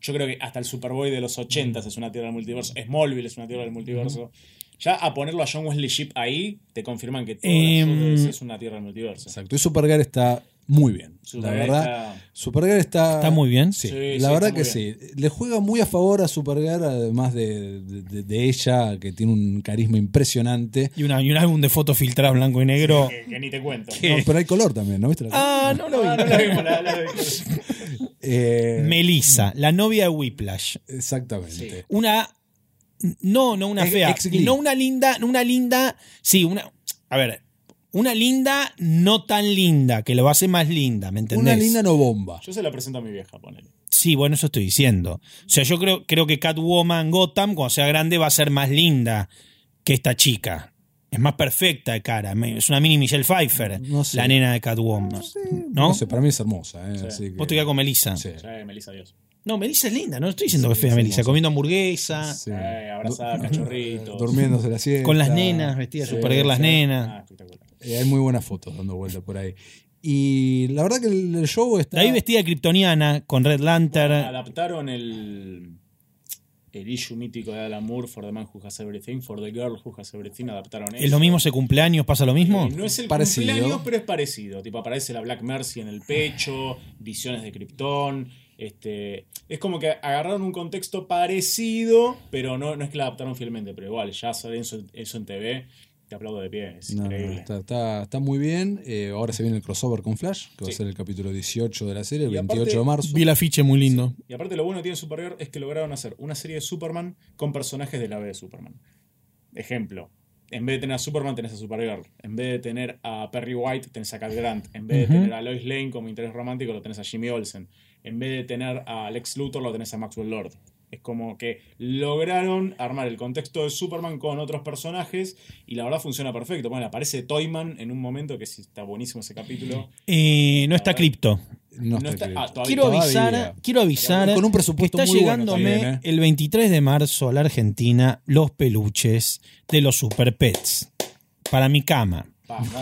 [SPEAKER 3] yo creo que hasta el Superboy de los 80 es una tierra del multiverso. Smallville es una tierra del multiverso. Ya a ponerlo a John Wesley Shipp ahí, te confirman que todo
[SPEAKER 1] Em,
[SPEAKER 3] es una tierra del multiverso.
[SPEAKER 2] Exacto. Y Supergirl está muy bien.
[SPEAKER 3] Supergirl
[SPEAKER 2] la verdad.
[SPEAKER 3] está-
[SPEAKER 2] Supergirl está.
[SPEAKER 1] Está muy bien.
[SPEAKER 2] Sí,
[SPEAKER 3] Sí,
[SPEAKER 2] la
[SPEAKER 3] sí,
[SPEAKER 2] verdad
[SPEAKER 3] está
[SPEAKER 2] que
[SPEAKER 3] muy
[SPEAKER 2] sí. Le juega muy a favor a Supergirl, además de, de- de ella, que tiene un carisma impresionante.
[SPEAKER 1] Y, una, y un álbum de fotos filtradas blanco y negro.
[SPEAKER 3] Que, que ni te cuento.
[SPEAKER 2] No, pero hay color también, ¿no viste? La-
[SPEAKER 1] Ah, no lo
[SPEAKER 3] No, no
[SPEAKER 1] vi.
[SPEAKER 3] la vimos, la- la- la-
[SPEAKER 2] Eh,
[SPEAKER 1] Melissa, la novia de Whiplash.
[SPEAKER 2] Exactamente.
[SPEAKER 1] Una. No, no una
[SPEAKER 2] Ex-
[SPEAKER 1] fea.
[SPEAKER 2] ex Glee.
[SPEAKER 1] No una linda, una linda. Sí, una. A ver. Una linda, no tan linda, que lo hace más linda, ¿me entendés?
[SPEAKER 2] Una linda no bomba.
[SPEAKER 3] Yo se la presento a mi vieja, ponele.
[SPEAKER 1] Sí, bueno, eso estoy diciendo. O sea, yo creo, creo que Catwoman Gotham, cuando sea grande, va a ser más linda que esta chica. Es más perfecta de cara. Me- Es una mini Michelle Pfeiffer,
[SPEAKER 2] No sé.
[SPEAKER 1] la nena de Catwoman. No,
[SPEAKER 2] No, sé, para mí es hermosa. eh,
[SPEAKER 3] Sí.
[SPEAKER 2] así que-
[SPEAKER 1] Vos te quedás con Melissa.
[SPEAKER 2] Sí,
[SPEAKER 3] Ya, eh, Melissa, Dios.
[SPEAKER 1] No, Melissa es linda, no estoy diciendo que es
[SPEAKER 2] Sí,
[SPEAKER 1] fea
[SPEAKER 2] es
[SPEAKER 1] Melissa.
[SPEAKER 2] hermosa.
[SPEAKER 1] Comiendo hamburguesa,
[SPEAKER 2] sí.
[SPEAKER 3] Eh, abrazada,
[SPEAKER 2] Du-
[SPEAKER 3] cachorritos.
[SPEAKER 2] Durmiéndose la siesta.
[SPEAKER 1] con las nenas, vestida de
[SPEAKER 2] Sí,
[SPEAKER 1] Supergirl las
[SPEAKER 2] sí.
[SPEAKER 1] nenas.
[SPEAKER 3] Ah, espectacular.
[SPEAKER 2] Eh, hay muy buenas fotos dando vuelta por ahí. Y la verdad que el, el show está.
[SPEAKER 1] De ahí vestida de kryptoniana, con Red Lantern.
[SPEAKER 3] Adaptaron el, el issue mítico de Alan Moore, For the Man Who Has Everything, For the Girl Who Has Everything, adaptaron
[SPEAKER 1] ¿Es lo mismo ese cumpleaños? ¿Pasa lo mismo?
[SPEAKER 3] Eh, No es el
[SPEAKER 2] Parecido.
[SPEAKER 3] cumpleaños, pero es parecido. Tipo, aparece la Black Mercy en el pecho, visiones de Krypton. Este, es como que agarraron un contexto parecido, pero no, no es que la adaptaron fielmente. Pero igual, ya saben eso, eso en TV, te aplaudo de pie, es
[SPEAKER 2] No, no,
[SPEAKER 3] increíble.
[SPEAKER 2] está, está- está muy bien. Eh, ahora se viene el crossover con Flash, que va a
[SPEAKER 3] Sí.
[SPEAKER 2] ser el capítulo 18 de la serie, el
[SPEAKER 3] Y
[SPEAKER 2] 28
[SPEAKER 3] aparte-
[SPEAKER 2] de marzo.
[SPEAKER 1] Vi el afiche muy lindo.
[SPEAKER 3] Y aparte lo bueno que tiene Supergirl es que lograron hacer una serie de Superman con personajes de la B de Superman. Ejemplo, en vez de tener a Superman tenés a Supergirl, en vez de tener a Perry White tenés a Cat Grant, en vez
[SPEAKER 1] Ujú.
[SPEAKER 3] de tener a Lois Lane como interés romántico lo tenés a Jimmy Olsen, en vez de tener a Lex Luthor lo tenés a Maxwell Lord. Es como que lograron armar el contexto de Superman con otros personajes y la verdad funciona perfecto. Bueno, aparece Toyman en un momento que sí está buenísimo ese capítulo.
[SPEAKER 1] Eh, no está cripto.
[SPEAKER 2] No
[SPEAKER 3] No
[SPEAKER 2] está
[SPEAKER 3] está-
[SPEAKER 2] escrito.
[SPEAKER 3] ah, todavía-
[SPEAKER 1] Quiero
[SPEAKER 2] Todavía.
[SPEAKER 1] avisar, quiero avisar.
[SPEAKER 2] Con un presupuesto
[SPEAKER 1] Está
[SPEAKER 2] muy
[SPEAKER 1] llegándome
[SPEAKER 2] bueno también, ¿eh?
[SPEAKER 1] el 23 de marzo a la Argentina los peluches de los Super Pets para mi cama.
[SPEAKER 3] Vamos.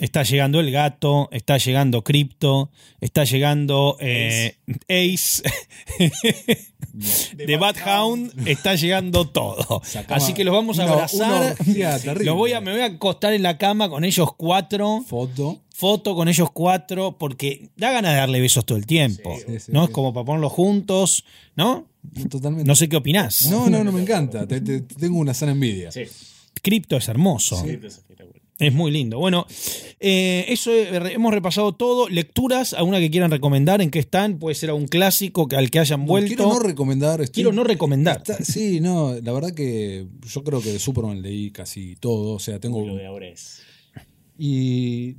[SPEAKER 1] Está llegando el gato, está llegando Crypto, está llegando eh, Ace, de Bad Hound, está llegando todo.
[SPEAKER 2] Sacamos
[SPEAKER 1] Así que los vamos a
[SPEAKER 2] una- una
[SPEAKER 1] abrazar.
[SPEAKER 2] orgía terrible.
[SPEAKER 1] Los voy a, me voy a acostar en la cama con ellos cuatro.
[SPEAKER 2] Foto.
[SPEAKER 1] Foto con ellos cuatro, porque da ganas de darle besos todo el tiempo.
[SPEAKER 2] Sí, sí,
[SPEAKER 1] ¿No?
[SPEAKER 2] sí.
[SPEAKER 1] Es como para ponerlos juntos, ¿no?
[SPEAKER 2] Totalmente.
[SPEAKER 1] No sé qué opinás.
[SPEAKER 2] No, no, no, me encanta. Te- te- te tengo una sana envidia.
[SPEAKER 3] Sí,
[SPEAKER 1] Cripto es hermoso.
[SPEAKER 3] sí, es espectacular.
[SPEAKER 1] Es muy lindo. Bueno, eh, eso eh, re- hemos repasado todo. Lecturas, alguna que quieran recomendar, en qué están, puede ser a un clásico que- al que hayan
[SPEAKER 2] No,
[SPEAKER 1] vuelto.
[SPEAKER 2] Quiero no recomendar. estoy-
[SPEAKER 1] Quiero no recomendar.
[SPEAKER 2] Está- sí, no, la verdad que yo creo que de Superman leí casi todo. O sea, tengo.
[SPEAKER 3] Lo de ahora es.
[SPEAKER 2] Y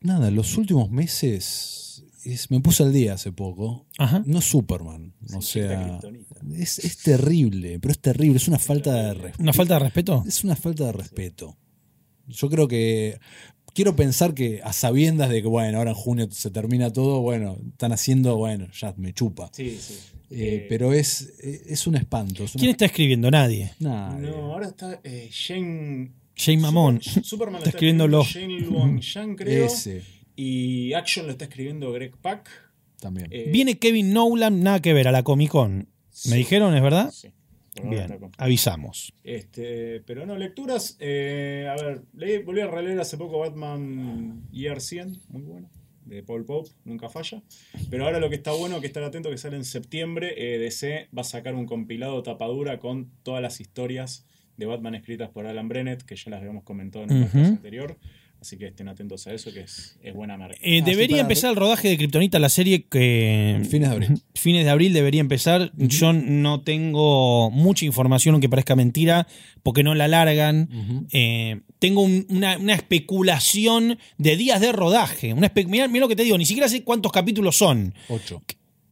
[SPEAKER 2] nada, los últimos meses es- me puse al día hace poco.
[SPEAKER 1] Ajá.
[SPEAKER 2] No Superman. O
[SPEAKER 3] Está
[SPEAKER 2] sea,
[SPEAKER 3] kriptonita.
[SPEAKER 2] es, es terrible, pero es terrible. Es una falta de respeto.
[SPEAKER 1] ¿Una falta de respeto?
[SPEAKER 2] Es una falta de respeto. Yo creo que quiero pensar que a sabiendas de que, bueno, ahora en junio se termina todo, bueno, están haciendo, bueno, ya me chupa.
[SPEAKER 3] Sí, sí.
[SPEAKER 2] Eh,
[SPEAKER 3] Eh,
[SPEAKER 2] pero es, es un espanto. es un
[SPEAKER 1] ¿Quién está escribiendo? Nadie.
[SPEAKER 2] Nadie.
[SPEAKER 3] No, ahora está eh, Shane.
[SPEAKER 1] Shane Mamón.
[SPEAKER 3] Super- Superman lo
[SPEAKER 1] Está escribiéndolo.
[SPEAKER 3] Shane Luan Yang, creo.
[SPEAKER 2] Ese
[SPEAKER 3] Y Action lo está escribiendo Greg Pack.
[SPEAKER 2] también.
[SPEAKER 3] Eh,
[SPEAKER 1] Viene Kevin Nolan, nada que ver, a la Comic Con.
[SPEAKER 3] Sí.
[SPEAKER 1] ¿Me dijeron, es verdad?
[SPEAKER 3] Sí. Por ahora está
[SPEAKER 1] Bien,
[SPEAKER 3] con-
[SPEAKER 1] avisamos.
[SPEAKER 3] Este, pero no, lecturas. eh, a ver, leí, volví a releer hace poco Batman Year 100, muy bueno, de Paul Pope, nunca falla. Pero ahora lo que está bueno, que estar atento, que sale en septiembre, eh, DC va a sacar un compilado tapadura con todas las historias de Batman escritas por Alan Brennett, que ya las habíamos comentado en el
[SPEAKER 1] Ujú.
[SPEAKER 3] podcast anterior. Así que estén atentos a eso, que es, es buena marca.
[SPEAKER 1] Eh,
[SPEAKER 2] Ah, sí,
[SPEAKER 1] debería
[SPEAKER 2] para-
[SPEAKER 1] empezar el rodaje de Kryptonita, la serie que. eh,
[SPEAKER 2] Fines de abril.
[SPEAKER 1] Fines de abril debería empezar. Yo no tengo mucha información, aunque parezca mentira, porque no la largan. Eh, tengo un- una, una especulación de días de rodaje. Una espe- mirá, mirá lo que te digo, ni siquiera sé cuántos capítulos son.
[SPEAKER 2] Ocho.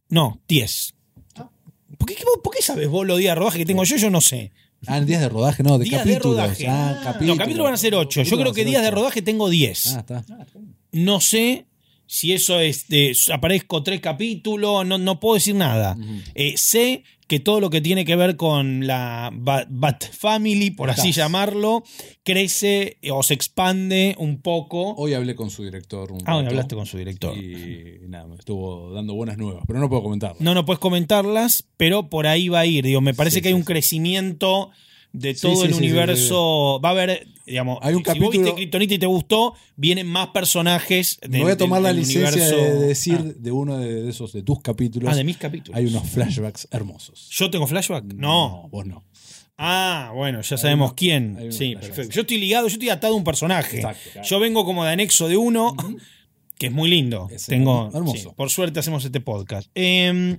[SPEAKER 1] No, 10.
[SPEAKER 2] Ah.
[SPEAKER 1] ¿Por qué, qué vos- por qué sabes vos los días de rodaje que tengo yo? Yo no sé.
[SPEAKER 2] Ah, días de rodaje, no, de
[SPEAKER 1] Días de
[SPEAKER 2] capítulos.
[SPEAKER 1] rodaje.
[SPEAKER 2] Ah,
[SPEAKER 1] Los capítulos van a ser 8. Yo
[SPEAKER 2] Capítulos
[SPEAKER 1] creo
[SPEAKER 2] van a
[SPEAKER 1] que
[SPEAKER 2] ser
[SPEAKER 1] días de
[SPEAKER 2] ocho.
[SPEAKER 1] rodaje tengo 10.
[SPEAKER 2] Ah, está.
[SPEAKER 3] Ah, está bien.
[SPEAKER 1] No sé si eso es. de- aparezco tres capítulos, no, no puedo decir nada. Eh, sé que todo lo que tiene que ver con la Ba- Bat Family, por así
[SPEAKER 2] Estás.
[SPEAKER 1] llamarlo, crece eh, o se expande un poco.
[SPEAKER 2] Hoy hablé con su director. un
[SPEAKER 1] Ah, bueno,
[SPEAKER 2] rato,
[SPEAKER 1] hablaste con su director.
[SPEAKER 2] Y nada, me estuvo dando buenas nuevas, pero no puedo comentarlo.
[SPEAKER 1] No, no puedes comentarlas, pero por ahí va a ir. Digo, me parece
[SPEAKER 2] Sí,
[SPEAKER 1] que hay
[SPEAKER 2] sí,
[SPEAKER 1] un
[SPEAKER 2] sí.
[SPEAKER 1] crecimiento de
[SPEAKER 2] Sí,
[SPEAKER 1] todo
[SPEAKER 2] sí,
[SPEAKER 1] el
[SPEAKER 2] sí, sí,
[SPEAKER 1] universo. Va a haber, digamos,
[SPEAKER 2] Hay un
[SPEAKER 1] si vos
[SPEAKER 2] capítulo-
[SPEAKER 1] viste Kryptonita y te gustó, vienen más personajes.
[SPEAKER 2] Me voy a tomar la
[SPEAKER 1] del
[SPEAKER 2] licencia
[SPEAKER 1] universo-
[SPEAKER 2] de decir
[SPEAKER 1] Ah.
[SPEAKER 2] de uno de, de esos, de tus capítulos.
[SPEAKER 1] Ah, de mis capítulos.
[SPEAKER 2] Hay unos flashbacks hermosos.
[SPEAKER 1] ¿Yo tengo flashback? No.
[SPEAKER 2] Vos no.
[SPEAKER 1] Ah, bueno, ya
[SPEAKER 2] uno-
[SPEAKER 1] sabemos
[SPEAKER 2] hay
[SPEAKER 1] quién.
[SPEAKER 2] uno
[SPEAKER 1] Sí,
[SPEAKER 2] flashback.
[SPEAKER 1] perfecto. Yo estoy ligado, yo estoy atado a un personaje.
[SPEAKER 2] Exacto.
[SPEAKER 1] Yo vengo como de anexo de uno, que es muy lindo.
[SPEAKER 2] Es
[SPEAKER 1] Tengo,
[SPEAKER 2] hermoso.
[SPEAKER 1] sí, por suerte hacemos este podcast. Em,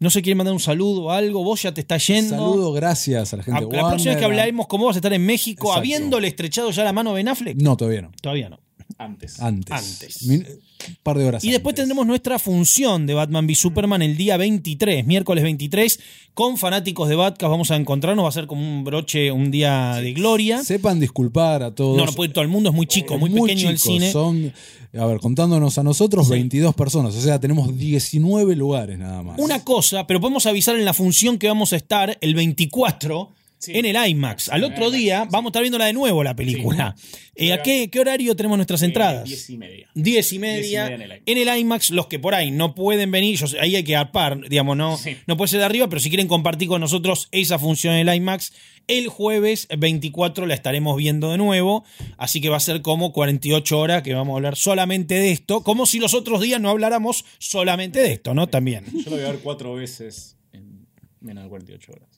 [SPEAKER 1] no sé, quiere mandar un saludo o algo. Vos ya te estás yendo.
[SPEAKER 2] Saludo, gracias a la
[SPEAKER 1] A-
[SPEAKER 2] gente de
[SPEAKER 1] la próxima vez que
[SPEAKER 2] Warner.
[SPEAKER 1] hablaremos con vos vas a estar en México,
[SPEAKER 2] Exacto.
[SPEAKER 1] habiéndole estrechado ya la mano a Ben Affleck.
[SPEAKER 2] No, todavía no.
[SPEAKER 1] Todavía no.
[SPEAKER 3] Antes.
[SPEAKER 2] Antes.
[SPEAKER 1] eh, Antes.
[SPEAKER 2] Min- un par de horas
[SPEAKER 1] Y después
[SPEAKER 2] antes.
[SPEAKER 1] tendremos nuestra función de Batman v Superman el día 23, miércoles 23, con fanáticos de Batcast. Vamos a encontrarnos, va a ser como un broche, un día de gloria.
[SPEAKER 2] Sepan disculpar a todos.
[SPEAKER 1] No, no puede ir todo el mundo, es muy chico,
[SPEAKER 2] Es
[SPEAKER 1] muy, pequeño el
[SPEAKER 2] chico,
[SPEAKER 1] cine.
[SPEAKER 2] Son, a ver, contándonos a nosotros, 22 personas. O sea, tenemos 19 lugares nada más.
[SPEAKER 1] Una cosa, pero podemos avisar en la función que vamos a estar el 24
[SPEAKER 3] Sí.
[SPEAKER 1] en el IMAX. Al
[SPEAKER 3] En el
[SPEAKER 1] otro
[SPEAKER 3] IMAX,
[SPEAKER 1] día
[SPEAKER 3] sí.
[SPEAKER 1] vamos a estar viéndola de nuevo la película. Eh, ¿A qué, qué horario tenemos nuestras
[SPEAKER 3] Eh,
[SPEAKER 1] entradas?
[SPEAKER 3] Diez y media.
[SPEAKER 1] 10 y media,
[SPEAKER 3] Diez y media en el IMAX.
[SPEAKER 1] en el IMAX, los que por ahí no pueden venir, yo sé, ahí hay que arpar, digamos, no,
[SPEAKER 3] Sí.
[SPEAKER 1] no puede ser de arriba, pero si quieren compartir con nosotros esa función en el IMAX, el jueves 24 la estaremos viendo de nuevo, así que va a ser como 48 horas que vamos a hablar solamente de esto, como si los otros días no habláramos solamente de esto, ¿no? También.
[SPEAKER 3] Yo lo voy a ver cuatro veces en menos de 48 horas.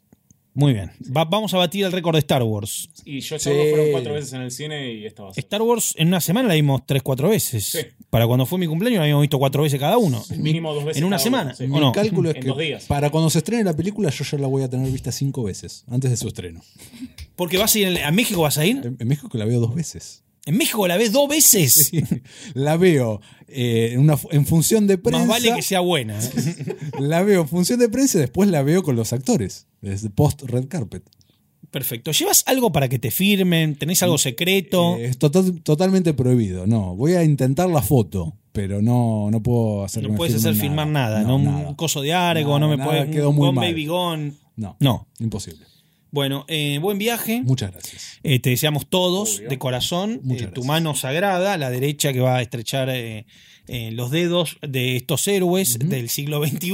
[SPEAKER 1] Muy bien, Va- vamos a batir el récord de Star Wars.
[SPEAKER 3] Y yo
[SPEAKER 2] Sí.
[SPEAKER 3] solo fueron cuatro veces en el cine y esta va a ser.
[SPEAKER 1] Star Wars en una semana la vimos 3-4 veces.
[SPEAKER 3] Sí.
[SPEAKER 1] Para cuando fue mi cumpleaños la habíamos visto 4 veces cada uno.
[SPEAKER 3] Mínimo dos veces.
[SPEAKER 1] en una
[SPEAKER 3] cada
[SPEAKER 1] semana,
[SPEAKER 3] uno, sí.
[SPEAKER 1] ¿o no?
[SPEAKER 2] Mi cálculo es
[SPEAKER 3] En
[SPEAKER 2] que
[SPEAKER 3] dos días.
[SPEAKER 2] para cuando se estrene la película, yo ya la voy a tener vista cinco veces antes de su estreno.
[SPEAKER 1] Porque vas a ir a México, vas a ir.
[SPEAKER 2] En, en México la veo dos veces.
[SPEAKER 1] En México la ves dos veces.
[SPEAKER 2] La veo eh, en, una, fu- en función de prensa.
[SPEAKER 1] Más vale que sea buena. ¿eh?
[SPEAKER 2] La veo en función de prensa y después la veo con los actores. Desde post red carpet.
[SPEAKER 1] Perfecto. ¿Llevas algo para que te firmen? ¿Tenés algo secreto?
[SPEAKER 2] Eh, es total- totalmente prohibido. No, voy a intentar la foto, pero no, no puedo hacer que
[SPEAKER 1] no
[SPEAKER 2] me
[SPEAKER 1] puedes hacer
[SPEAKER 2] firmen
[SPEAKER 1] firmar nada, ¿no? Un coso de argo,
[SPEAKER 2] Nada,
[SPEAKER 1] no me
[SPEAKER 2] nada,
[SPEAKER 1] puedes.
[SPEAKER 2] quedó
[SPEAKER 1] un
[SPEAKER 2] muy
[SPEAKER 1] gone,
[SPEAKER 2] mal.
[SPEAKER 1] baby gone.
[SPEAKER 2] No,
[SPEAKER 1] No.
[SPEAKER 2] imposible.
[SPEAKER 1] Bueno, eh, buen viaje.
[SPEAKER 2] Muchas gracias.
[SPEAKER 1] Eh, te deseamos todos
[SPEAKER 3] Obvio.
[SPEAKER 1] de corazón
[SPEAKER 2] Muchas
[SPEAKER 1] eh, tu
[SPEAKER 2] gracias.
[SPEAKER 1] mano sagrada, la derecha que va a estrechar eh, eh, los dedos de estos héroes del siglo XXI.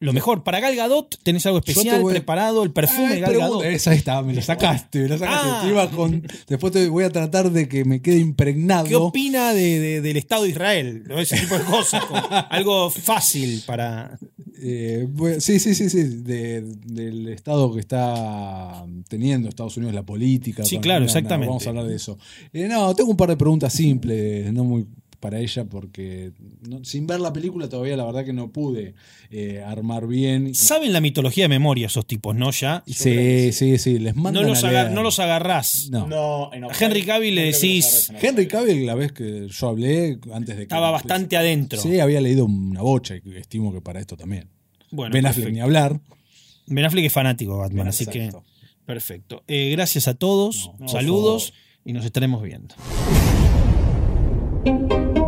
[SPEAKER 1] Lo mejor, para Gal Gadot tenés algo
[SPEAKER 2] te
[SPEAKER 1] especial
[SPEAKER 2] voy-
[SPEAKER 1] preparado, el perfume
[SPEAKER 2] Ay,
[SPEAKER 1] de Gal
[SPEAKER 2] pregunta.
[SPEAKER 1] Gadot.
[SPEAKER 2] Esa está, me la sacaste, me la sacaste.
[SPEAKER 1] Ah.
[SPEAKER 2] Te iba con- después te voy a tratar de que me quede impregnado.
[SPEAKER 1] ¿Qué opina de, de- del Estado de Israel? ¿No? Ese tipo de cosas. como algo fácil para.
[SPEAKER 2] Eh, bueno, sí, sí, sí, sí. de- del estado que está teniendo Estados Unidos, la política.
[SPEAKER 1] Sí,
[SPEAKER 2] con-
[SPEAKER 1] claro,
[SPEAKER 2] no, no,
[SPEAKER 1] exactamente.
[SPEAKER 2] vamos a hablar de eso. Eh, no, tengo un par de preguntas simples, no muy para ella, porque no- sin ver la película todavía la verdad que no pude eh, armar bien.
[SPEAKER 1] Saben la mitología de memoria esos tipos, ¿no? Ya.
[SPEAKER 2] Y sí, sí, sí, les mando.
[SPEAKER 1] No los, agar- no los agarrás.
[SPEAKER 2] No.
[SPEAKER 3] No, en
[SPEAKER 1] A Henry Cavill le
[SPEAKER 3] no creo que
[SPEAKER 1] decís-
[SPEAKER 3] nos agarres en
[SPEAKER 2] Henry Cavill, la vez que yo hablé, antes de que.
[SPEAKER 1] Estaba bastante adentro.
[SPEAKER 2] Sí, había leído una bocha, y estimo que para esto también.
[SPEAKER 1] Bueno,
[SPEAKER 2] ben Affleck ni
[SPEAKER 1] perfecto.
[SPEAKER 2] hablar.
[SPEAKER 1] Ben Affleck es fanático de Batman, así
[SPEAKER 2] Exacto.
[SPEAKER 1] que. Perfecto. Eh, gracias a todos.
[SPEAKER 2] No,
[SPEAKER 3] no,
[SPEAKER 1] saludos y nos estaremos viendo.
[SPEAKER 5] Thank you.